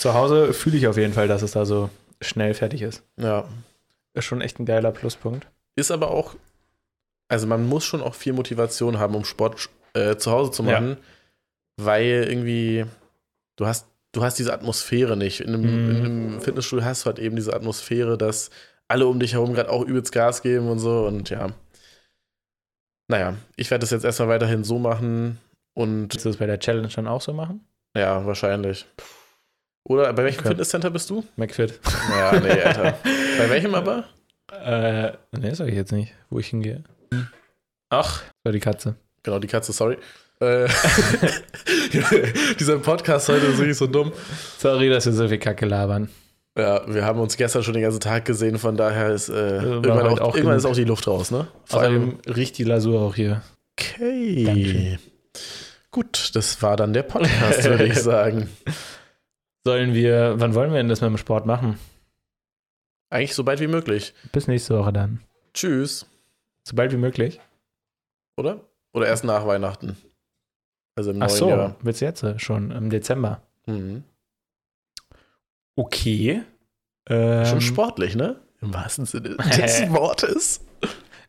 Speaker 2: Zu Hause fühle ich auf jeden Fall, dass es da so schnell fertig ist.
Speaker 1: Ja.
Speaker 2: Ist schon echt ein geiler Pluspunkt.
Speaker 1: Ist aber auch, also man muss schon auch viel Motivation haben, um Sport äh, zu Hause zu
Speaker 2: Ja.
Speaker 1: machen, weil irgendwie du hast, du hast diese Atmosphäre nicht. In einem,
Speaker 2: Mhm.
Speaker 1: in einem Fitnessstudio hast du halt eben diese Atmosphäre, dass alle um dich herum gerade auch übelst Gas geben und so und ja. Naja, ich werde das jetzt erstmal weiterhin so machen und
Speaker 2: Willst du das bei der Challenge dann auch so machen?
Speaker 1: ja, wahrscheinlich. Oder bei welchem
Speaker 2: Okay.
Speaker 1: Fitnesscenter bist du?
Speaker 2: McFit.
Speaker 1: Ja, nee, Alter. bei welchem aber?
Speaker 2: Äh, nee, sag ich jetzt nicht, wo ich hingehe. Ach, das war die Katze.
Speaker 1: Genau, die Katze, sorry. Äh, Dieser Podcast heute ist wirklich so dumm.
Speaker 2: Sorry, dass wir so viel Kacke labern.
Speaker 1: Ja, wir haben uns gestern schon den ganzen Tag gesehen, von daher ist, äh, irgendwann, auch,
Speaker 2: halt auch
Speaker 1: irgendwann
Speaker 2: genug. Also,
Speaker 1: ist auch die Luft raus, ne?
Speaker 2: Außerdem riecht die Lasur auch hier.
Speaker 1: okay.
Speaker 2: Dankeschön.
Speaker 1: Gut, das war dann der Podcast, würde ich sagen.
Speaker 2: Sollen wir, wann wollen wir denn das mit dem Sport machen?
Speaker 1: Eigentlich so bald wie möglich.
Speaker 2: Bis nächste Woche dann.
Speaker 1: Tschüss,
Speaker 2: So bald wie möglich.
Speaker 1: oder? Oder erst nach Weihnachten. Also im
Speaker 2: Ach
Speaker 1: neuen
Speaker 2: so,
Speaker 1: Jahr.
Speaker 2: wird's jetzt äh, schon im Dezember.
Speaker 1: Mhm.
Speaker 2: Okay.
Speaker 1: Schon
Speaker 2: Ähm,
Speaker 1: sportlich, ne? Im wahrsten Sinne des Wortes.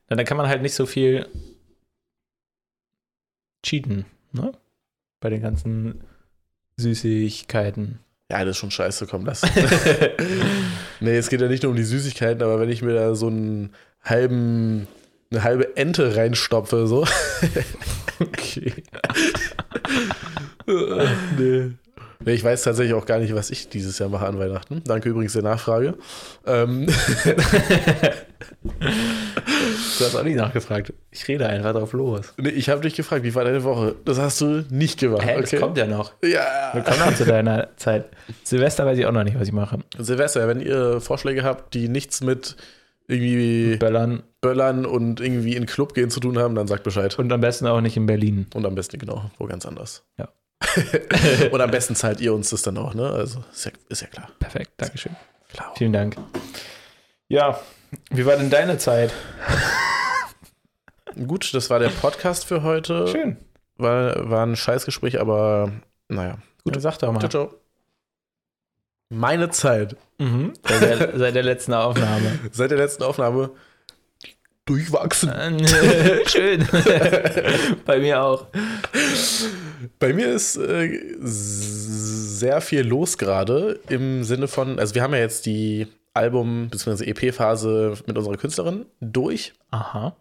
Speaker 2: Na, dann kann man halt nicht so viel cheaten, ne? Bei den ganzen Süßigkeiten.
Speaker 1: Ja, das ist schon scheiße, komm, lass. nee, es geht ja nicht nur um die Süßigkeiten, aber wenn ich mir da so einen halben, eine halbe Ente reinstopfe, so.
Speaker 2: okay.
Speaker 1: nee. nee. Ich weiß tatsächlich auch gar nicht, was ich dieses Jahr mache an Weihnachten. Danke übrigens der Nachfrage. Ähm,
Speaker 2: Du hast auch nicht nachgefragt. Ich rede einfach drauf los.
Speaker 1: nee, ich habe dich gefragt, wie war deine Woche? Das hast du nicht gemacht.
Speaker 2: Hä,
Speaker 1: okay.
Speaker 2: das kommt ja noch. Wir
Speaker 1: ja.
Speaker 2: kommen noch zu deiner Zeit. Silvester weiß ich auch noch nicht, was ich mache.
Speaker 1: Silvester, wenn ihr Vorschläge habt, die nichts mit irgendwie
Speaker 2: Böllern
Speaker 1: Böllern und irgendwie in den Club gehen zu tun haben, dann sagt Bescheid.
Speaker 2: und am besten auch nicht in Berlin.
Speaker 1: Und am besten genau, wo ganz anders.
Speaker 2: Ja.
Speaker 1: und am besten zahlt ihr uns das dann auch, ne? Also ist ja, ist ja klar.
Speaker 2: Perfekt, Dankeschön.
Speaker 1: klar.
Speaker 2: Vielen Dank. Ja, wie war denn deine Zeit?
Speaker 1: Gut, das war der Podcast für heute.
Speaker 2: Schön.
Speaker 1: War, war ein Scheißgespräch, aber naja.
Speaker 2: Gut, sag doch
Speaker 1: Ciao,
Speaker 2: mal.
Speaker 1: ciao. Meine Zeit
Speaker 2: Mhm. Seit, der, seit der letzten Aufnahme.
Speaker 1: seit der letzten Aufnahme durchwachsen.
Speaker 2: Äh, Schön. Bei mir auch.
Speaker 1: Bei mir ist äh, s- sehr viel los gerade im Sinne von, also wir haben ja jetzt die Album- bzw. EP-Phase mit unserer Künstlerin durch.
Speaker 2: Aha.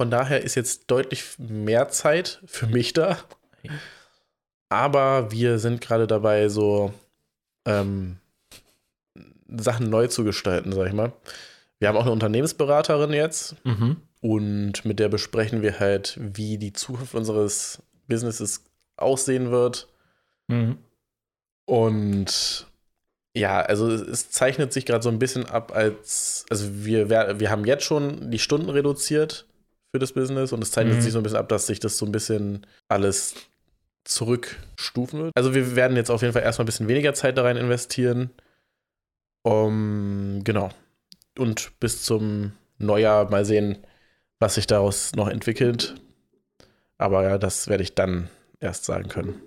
Speaker 1: Von daher ist jetzt deutlich mehr Zeit für mich da. Aber wir sind gerade dabei, so ähm, Sachen neu zu gestalten, sag ich mal. Wir haben auch eine Unternehmensberaterin jetzt
Speaker 2: Mhm.
Speaker 1: und mit der besprechen wir halt, wie die Zukunft unseres Businesses aussehen wird.
Speaker 2: Mhm.
Speaker 1: Und ja, also es, es zeichnet sich gerade so ein bisschen ab, als, also wir, wer- wir haben jetzt schon die Stunden reduziert für das Business und es zeichnet
Speaker 2: Mhm.
Speaker 1: sich so ein bisschen ab, dass sich das so ein bisschen alles zurückstufen wird. Also wir werden jetzt auf jeden Fall erstmal ein bisschen weniger Zeit da rein investieren. Um, genau. Und bis zum Neujahr mal sehen, was sich daraus noch entwickelt. Aber ja, das werde ich dann erst sagen können.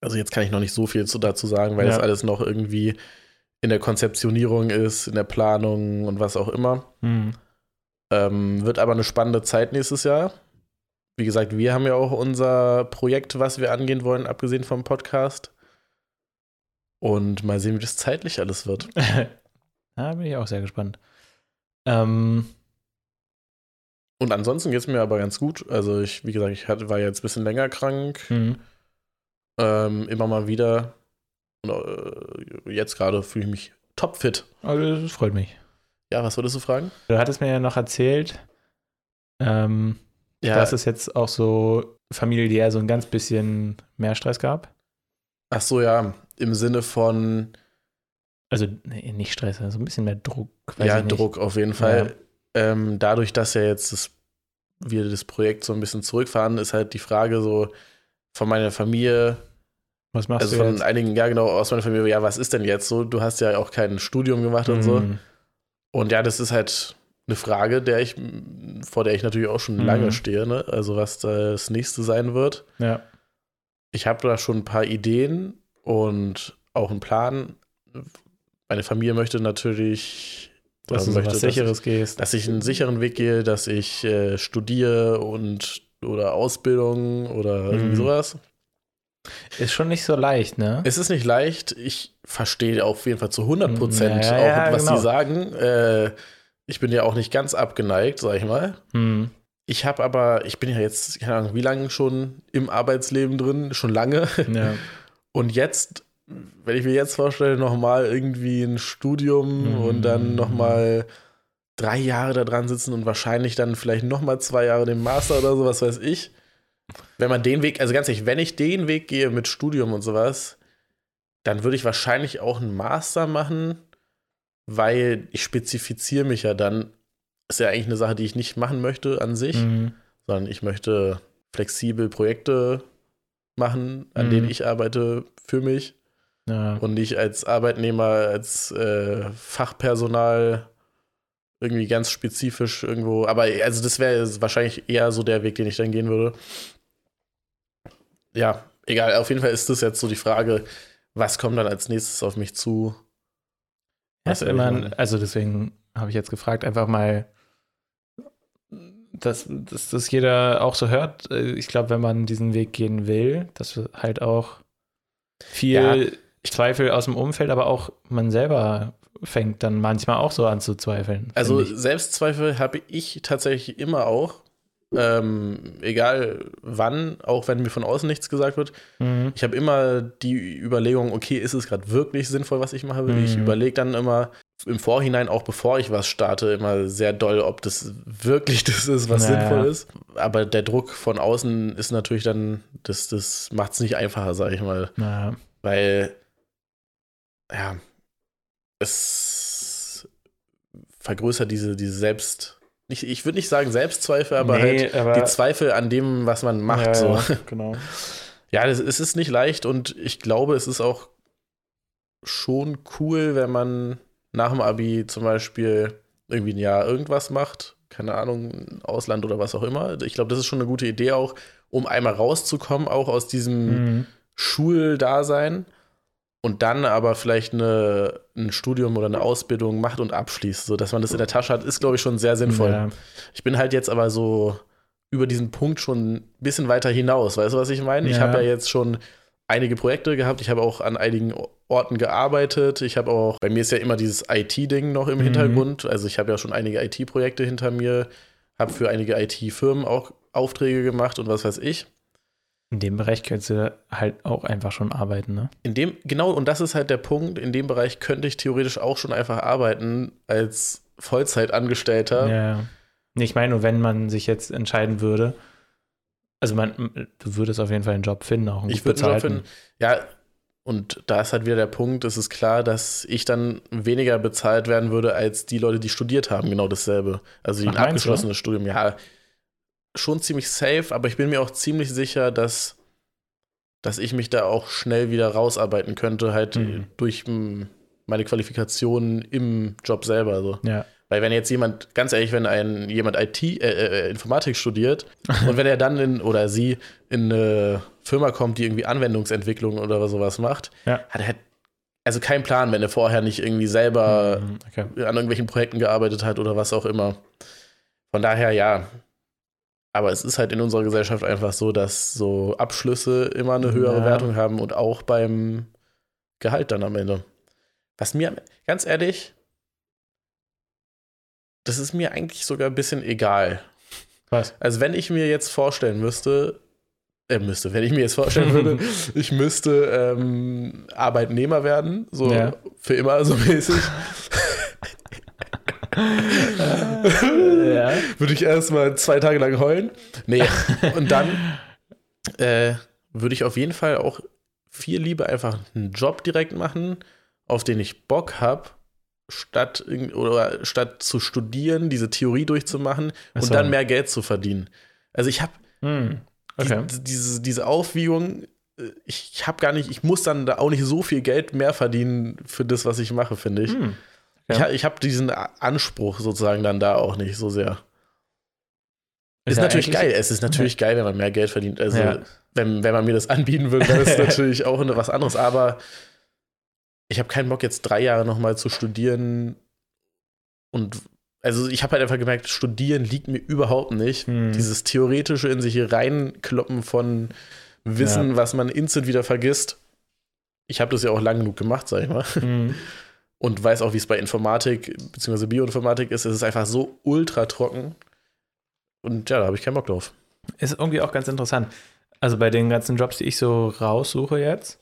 Speaker 1: Also jetzt kann ich noch nicht so viel zu, dazu sagen, weil
Speaker 2: Ja.
Speaker 1: das alles noch irgendwie in der Konzeptionierung ist, in der Planung und was auch immer.
Speaker 2: Mhm.
Speaker 1: Ähm, wird aber eine spannende Zeit nächstes Jahr. Wie gesagt, wir haben ja auch unser Projekt, was wir angehen wollen, abgesehen vom Podcast. Und mal sehen, wie das zeitlich alles wird.
Speaker 2: da bin ich auch sehr gespannt. Ähm,
Speaker 1: Und ansonsten geht es mir aber ganz gut. Also ich, wie gesagt, ich hatte, war jetzt ein bisschen länger krank.
Speaker 2: mhm.
Speaker 1: Ähm, immer mal wieder. Und, äh, jetzt gerade fühle ich mich topfit.
Speaker 2: also, das freut mich.
Speaker 1: Ja, was würdest du fragen?
Speaker 2: Du hattest mir ja noch erzählt, ähm,
Speaker 1: Ja,
Speaker 2: dass es jetzt auch so familiär so ein ganz bisschen mehr Stress gab.
Speaker 1: ach so, ja. Im Sinne von,
Speaker 2: Also nee, nicht Stress, so ein bisschen mehr Druck. weiß
Speaker 1: ja,
Speaker 2: ich nicht.
Speaker 1: Druck auf jeden Fall. Ähm, dadurch, dass ja jetzt das, wir das Projekt so ein bisschen zurückfahren, ist halt die Frage so von meiner Familie,
Speaker 2: Was machst
Speaker 1: also
Speaker 2: du
Speaker 1: von
Speaker 2: jetzt?
Speaker 1: einigen, ja genau, aus meiner Familie, ja, was ist denn jetzt so? Du hast ja auch kein Studium gemacht und so.
Speaker 2: Mhm.
Speaker 1: Und ja, das ist halt eine Frage, der ich, m, vor der ich natürlich auch schon
Speaker 2: Mhm.
Speaker 1: lange stehe, ne? Also was das nächste sein wird.
Speaker 2: Ja.
Speaker 1: Ich habe da schon ein paar Ideen und auch einen Plan. Meine Familie möchte natürlich,
Speaker 2: Dass du
Speaker 1: oder
Speaker 2: so
Speaker 1: möchte,
Speaker 2: was
Speaker 1: dass ich-
Speaker 2: Sicheres gehst.
Speaker 1: dass ich einen sicheren Weg gehe, dass ich äh, studiere und oder Ausbildung oder irgendwie
Speaker 2: Mhm.
Speaker 1: sowas.
Speaker 2: Ist schon nicht so leicht, ne?
Speaker 1: Es ist nicht leicht. Ich verstehe auf jeden Fall zu 100 Prozent
Speaker 2: Ja,
Speaker 1: auch,
Speaker 2: ja,
Speaker 1: was
Speaker 2: genau.
Speaker 1: sie sagen. Äh, ich bin ja auch nicht ganz abgeneigt, sag ich mal.
Speaker 2: Mhm.
Speaker 1: Ich habe aber, ich bin ja jetzt, keine Ahnung, wie lange schon im Arbeitsleben drin, schon lange.
Speaker 2: Ja.
Speaker 1: Und jetzt, wenn ich mir jetzt vorstelle, nochmal irgendwie ein Studium
Speaker 2: Mhm.
Speaker 1: und dann nochmal drei Jahre da dran sitzen und wahrscheinlich dann vielleicht nochmal zwei Jahre den Master oder so, was weiß ich. Wenn man den Weg, also ganz ehrlich, wenn ich den Weg gehe mit Studium und sowas, dann würde ich wahrscheinlich auch einen Master machen, weil ich spezifiziere mich ja dann. Ist ja eigentlich eine Sache, die ich nicht machen möchte an sich
Speaker 2: Mhm.
Speaker 1: sondern ich möchte flexibel Projekte machen, an
Speaker 2: Mhm.
Speaker 1: denen ich arbeite, für mich
Speaker 2: Ja.
Speaker 1: und nicht als Arbeitnehmer, als äh, Fachpersonal irgendwie ganz spezifisch irgendwo. Aber also das wäre jetzt wahrscheinlich eher so der Weg, den ich dann gehen würde. Ja, egal. Auf jeden Fall ist das jetzt so die Frage, was kommt dann als nächstes auf mich zu?
Speaker 2: Das ist
Speaker 1: will ich
Speaker 2: immer, ein-
Speaker 1: machen?
Speaker 2: also deswegen habe ich jetzt gefragt, einfach mal, dass, dass das jeder auch so hört. Äh, Ich glaube, wenn man diesen Weg gehen will, dass halt auch viel Zweifel aus dem Umfeld, aber auch man selber fängt dann manchmal auch so an zu zweifeln.
Speaker 1: Also
Speaker 2: finde ich.
Speaker 1: Selbstzweifel habe ich tatsächlich immer auch. Ähm, egal wann, auch wenn mir von außen nichts gesagt wird.
Speaker 2: Mhm.
Speaker 1: Ich habe immer die Überlegung, okay, ist es gerade wirklich sinnvoll, was ich mache? Ich
Speaker 2: Mhm.
Speaker 1: überlege dann immer im Vorhinein, auch bevor ich was starte, immer sehr doll, ob das wirklich das ist, was
Speaker 2: Naja.
Speaker 1: sinnvoll ist. Aber der Druck von außen ist natürlich dann, das, das macht es nicht einfacher, sage ich mal.
Speaker 2: Ja.
Speaker 1: Weil, ja, es vergrößert diese, diese Selbst. Ich, ich würde nicht sagen Selbstzweifel, aber halt
Speaker 2: aber
Speaker 1: die Zweifel an dem, was man macht.
Speaker 2: Ja,
Speaker 1: so.
Speaker 2: ja, Genau.
Speaker 1: Ja, das, es ist nicht leicht und ich glaube, es ist auch schon cool, wenn man nach dem Abi zum Beispiel irgendwie ein Jahr irgendwas macht, keine Ahnung, Ausland oder was auch immer. Ich glaube, das ist schon eine gute Idee auch, um einmal rauszukommen, auch aus diesem
Speaker 2: Mhm.
Speaker 1: Schuldasein und dann aber vielleicht eine, ein Studium oder eine Ausbildung macht und abschließt, so dass man das in der Tasche hat, ist glaube ich schon sehr sinnvoll.
Speaker 2: Ja.
Speaker 1: Ich bin halt jetzt aber so über diesen Punkt schon ein bisschen weiter hinaus. Weißt du, was ich meine? Ich
Speaker 2: Ja.
Speaker 1: habe ja jetzt schon einige Projekte gehabt. Ich habe auch an einigen Orten gearbeitet. Ich habe auch, bei mir ist ja immer dieses IT-Ding noch im
Speaker 2: Mhm.
Speaker 1: Hintergrund. Also ich habe ja schon einige IT-Projekte hinter mir, habe für einige IT-Firmen auch Aufträge gemacht und was weiß ich.
Speaker 2: In dem Bereich könntest du halt auch einfach schon arbeiten, ne?
Speaker 1: In dem, genau, und das ist halt der Punkt, in dem Bereich könnte ich theoretisch auch schon einfach arbeiten als Vollzeitangestellter.
Speaker 2: Ja, ja. Nee, Ich meine nur, wenn man sich jetzt entscheiden würde, also man, du würdest auf jeden Fall einen Job finden, auch einen
Speaker 1: Ich
Speaker 2: gut
Speaker 1: würde einen Job
Speaker 2: bezahlten.
Speaker 1: finden. Ja, und da ist halt wieder der Punkt, es ist klar, dass ich dann weniger bezahlt werden würde als die Leute, die studiert haben, genau dasselbe. Also die
Speaker 2: Ach,
Speaker 1: ein
Speaker 2: meinst du? ne?
Speaker 1: abgeschlossenes Studium. Ja, schon ziemlich safe, aber ich bin mir auch ziemlich sicher, dass, dass ich mich da auch schnell wieder rausarbeiten könnte, halt
Speaker 2: Mhm.
Speaker 1: durch m, meine Qualifikationen im Job selber. Also.
Speaker 2: Ja.
Speaker 1: Weil wenn jetzt jemand, ganz ehrlich, wenn ein jemand IT, äh, äh, Informatik studiert und wenn er dann in oder sie in eine Firma kommt, die irgendwie Anwendungsentwicklung oder sowas macht,
Speaker 2: Ja.
Speaker 1: hat er halt also keinen Plan, wenn er vorher nicht irgendwie selber
Speaker 2: Mhm, okay.
Speaker 1: an irgendwelchen Projekten gearbeitet hat oder was auch immer. Von daher ja. Aber es ist halt in unserer Gesellschaft einfach so, dass so Abschlüsse immer eine höhere
Speaker 2: Ja.
Speaker 1: Wertung haben und auch beim Gehalt dann am Ende. Was mir, ganz ehrlich, das ist mir eigentlich sogar ein bisschen egal.
Speaker 2: Was?
Speaker 1: Also wenn ich mir jetzt vorstellen müsste, äh, müsste, wenn ich mir jetzt vorstellen würde, ich müsste ähm, Arbeitnehmer werden, so
Speaker 2: Ja.
Speaker 1: für immer so mäßig,
Speaker 2: ja.
Speaker 1: würde ich erstmal zwei Tage lang heulen. Nee, und dann äh, würde ich auf jeden Fall auch viel lieber einfach einen Job direkt machen, auf den ich Bock habe, statt, irgend- oder statt zu studieren, diese Theorie durchzumachen
Speaker 2: Ach
Speaker 1: und
Speaker 2: so.
Speaker 1: dann mehr Geld zu verdienen. Also ich habe
Speaker 2: Mhm. Okay.
Speaker 1: die, diese, diese Aufwiegung, äh, ich, ich habe gar nicht, ich muss dann da auch nicht so viel Geld mehr verdienen für das, was ich mache, finde ich.
Speaker 2: Mhm.
Speaker 1: Ich,
Speaker 2: Ja.
Speaker 1: ha- ich habe diesen A- Anspruch sozusagen dann da auch nicht so sehr. Ist,
Speaker 2: ja
Speaker 1: natürlich
Speaker 2: eigentlich-
Speaker 1: geil. Es ist natürlich geil, wenn man mehr Geld verdient. Also,
Speaker 2: Ja.
Speaker 1: wenn, wenn man mir das anbieten würde, wäre das natürlich auch eine- was anderes. Aber ich habe keinen Bock, jetzt drei Jahre nochmal zu studieren. Und also, ich habe halt einfach gemerkt, studieren liegt mir überhaupt nicht.
Speaker 2: Mhm.
Speaker 1: Dieses theoretische in sich reinkloppen von Wissen, was man instant wieder vergisst. Ich habe das ja auch lang genug gemacht, sag ich mal
Speaker 2: Mhm.
Speaker 1: und weiß auch, wie es bei Informatik bzw. Bioinformatik ist. Es ist einfach so ultra trocken. Und ja, da habe ich keinen Bock drauf.
Speaker 2: Ist irgendwie auch ganz interessant. Also bei den ganzen Jobs, die ich so raussuche jetzt,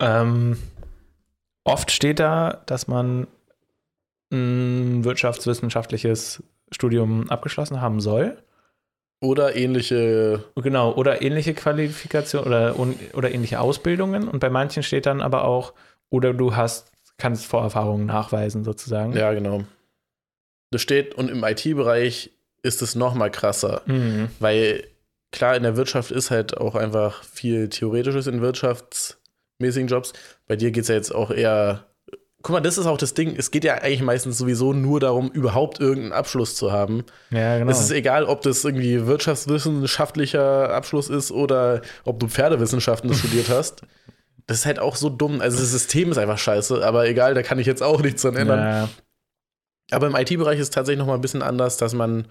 Speaker 2: ähm, oft steht da, dass man ein wirtschaftswissenschaftliches Studium abgeschlossen haben soll.
Speaker 1: Oder ähnliche.
Speaker 2: Genau, oder ähnliche Qualifikation oder, un- oder ähnliche Ausbildungen. Und bei manchen steht dann aber auch, oder du hast, kannst Vorerfahrungen nachweisen, sozusagen.
Speaker 1: Ja, genau. Das steht, und im IT-Bereich ist es noch mal krasser,
Speaker 2: Mhm.
Speaker 1: weil klar, in der Wirtschaft ist halt auch einfach viel Theoretisches in wirtschaftsmäßigen Jobs. Bei dir geht es ja jetzt auch eher. Guck mal, das ist auch das Ding. Es geht ja eigentlich meistens sowieso nur darum, überhaupt irgendeinen Abschluss zu haben.
Speaker 2: Ja, genau.
Speaker 1: Es ist eh egal, ob das irgendwie wirtschaftswissenschaftlicher Abschluss ist oder ob du Pferdewissenschaften studiert hast. Das ist halt auch so dumm. Also das System ist einfach scheiße, aber egal, da kann ich jetzt auch nichts dran ändern.
Speaker 2: ja,
Speaker 1: Aber im IT-Bereich ist es tatsächlich noch mal ein bisschen anders, dass man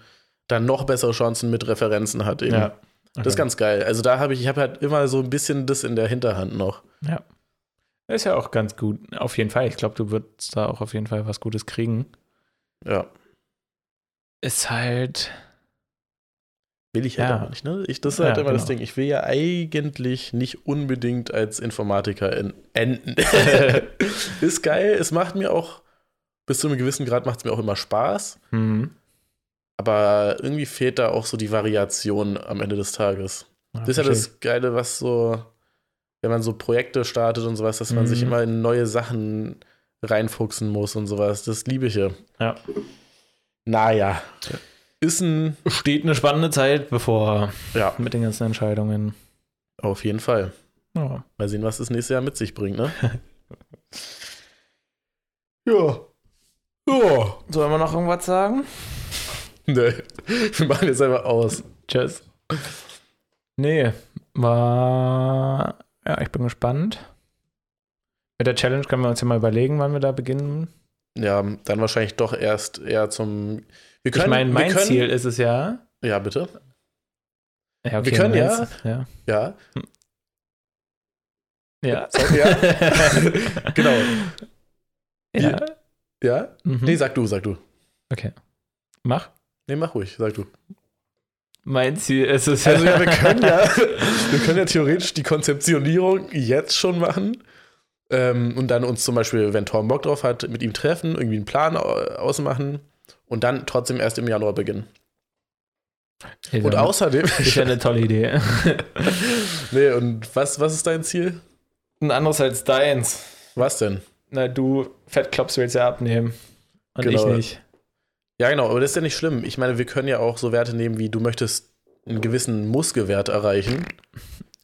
Speaker 1: dann noch bessere Chancen mit Referenzen hat. Eben.
Speaker 2: ja.
Speaker 1: Das ist ganz geil. Also da habe ich, ich habe halt immer so ein bisschen das in der Hinterhand noch.
Speaker 2: Ja. Ist ja auch ganz gut. Auf jeden Fall. Ich glaube, du wirst da auch auf jeden Fall was Gutes kriegen.
Speaker 1: Ja.
Speaker 2: Ist halt.
Speaker 1: Will ich halt
Speaker 2: Ja.
Speaker 1: auch nicht, ne? Ich, das ist halt
Speaker 2: Ja,
Speaker 1: immer das
Speaker 2: genau.
Speaker 1: Ding. Ich will ja eigentlich nicht unbedingt als Informatiker en- enden. ist geil. Es macht mir auch, bis zu einem gewissen Grad macht es mir auch immer Spaß.
Speaker 2: Mhm.
Speaker 1: Aber irgendwie fehlt da auch so die Variation am Ende des Tages. Das ist ja das Geile, was so, wenn man so Projekte startet und sowas, dass man
Speaker 2: Mhm.
Speaker 1: sich immer in neue Sachen reinfuchsen muss und sowas. Das liebe ich ja.
Speaker 2: Ja.
Speaker 1: Naja. Ist ein,
Speaker 2: Steht eine spannende Zeit bevor
Speaker 1: ja,
Speaker 2: mit den ganzen Entscheidungen.
Speaker 1: auf jeden Fall.
Speaker 2: Ja.
Speaker 1: Mal sehen, was das nächste Jahr mit sich bringt, ne? ja. Ja.
Speaker 2: Sollen wir noch irgendwas sagen?
Speaker 1: Nö. Wir machen jetzt einfach aus.
Speaker 2: Tschüss. Nee, war. Ja, ich bin gespannt. Mit der Challenge können wir uns ja mal überlegen, wann wir da beginnen.
Speaker 1: Ja, dann wahrscheinlich doch erst eher zum. Wir
Speaker 2: ich meine,
Speaker 1: wir
Speaker 2: mein
Speaker 1: können,
Speaker 2: Ziel ist es ja.
Speaker 1: Ja, bitte.
Speaker 2: ja
Speaker 1: Wir können ja-
Speaker 2: meins- Ja.
Speaker 1: Ja.
Speaker 2: ja.
Speaker 1: Sorry, ja. genau.
Speaker 2: ja.
Speaker 1: Ja?
Speaker 2: Mhm.
Speaker 1: Nee, sag du, sag du.
Speaker 2: Mach.
Speaker 1: Nee, mach ruhig, sag du.
Speaker 2: Mein Ziel ist es
Speaker 1: Also ja, wir können ja, wir können ja theoretisch die Konzeptionierung jetzt schon machen. Ähm, und dann uns zum Beispiel, wenn Tom Bock drauf hat, mit ihm treffen, irgendwie einen Plan au- ausmachen und dann trotzdem erst im Januar beginnen.
Speaker 2: Ist
Speaker 1: Und
Speaker 2: ja-
Speaker 1: außerdem.
Speaker 2: Ist ja eine tolle Idee.
Speaker 1: nee, und was, was ist dein Ziel?
Speaker 2: Ein anderes als deins.
Speaker 1: Was denn?
Speaker 2: Na, du Fettklops willst ja abnehmen. Und
Speaker 1: Genau.
Speaker 2: ich nicht.
Speaker 1: Ja, genau, aber das ist ja nicht schlimm. Ich meine, wir können ja auch so Werte nehmen, wie du möchtest einen gewissen Muskelwert erreichen.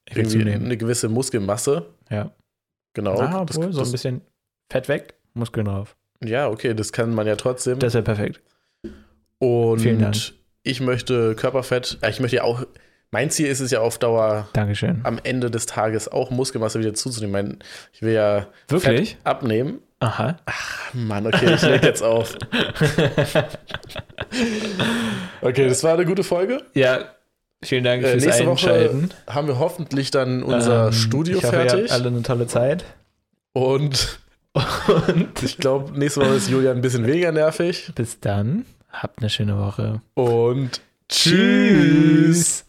Speaker 2: Ich will
Speaker 1: irgendwie
Speaker 2: zunehmen.
Speaker 1: eine gewisse Muskelmasse.
Speaker 2: Ja.
Speaker 1: Genau.
Speaker 2: Ah,
Speaker 1: Das-
Speaker 2: obwohl, so ein
Speaker 1: das-
Speaker 2: bisschen Fett weg, Muskeln drauf.
Speaker 1: ja, okay, das kann man ja trotzdem.
Speaker 2: Das ist ja perfekt.
Speaker 1: Und
Speaker 2: Vielen Dank.
Speaker 1: ich möchte Körperfett, äh, ich möchte ja auch, mein Ziel ist es ja auf Dauer
Speaker 2: Dankeschön.
Speaker 1: am Ende des Tages auch Muskelmasse wieder zuzunehmen. Mein- Ich will ja
Speaker 2: Wirklich?
Speaker 1: Fett abnehmen.
Speaker 2: Aha.
Speaker 1: Mann, okay, ich leg jetzt auf. Okay, das war eine gute Folge.
Speaker 2: ja, vielen Dank
Speaker 1: Äh,
Speaker 2: fürs
Speaker 1: nächste Woche
Speaker 2: Einschalten.
Speaker 1: Haben wir hoffentlich dann unser
Speaker 2: Ähm,
Speaker 1: Studio
Speaker 2: ich hoffe, Ihr
Speaker 1: fertig.
Speaker 2: habt alle eine tolle Zeit.
Speaker 1: Und
Speaker 2: Und
Speaker 1: ich glaube, nächste Woche ist Julian ein bisschen weniger nervig.
Speaker 2: bis dann. Habt eine schöne Woche.
Speaker 1: Und tschüss.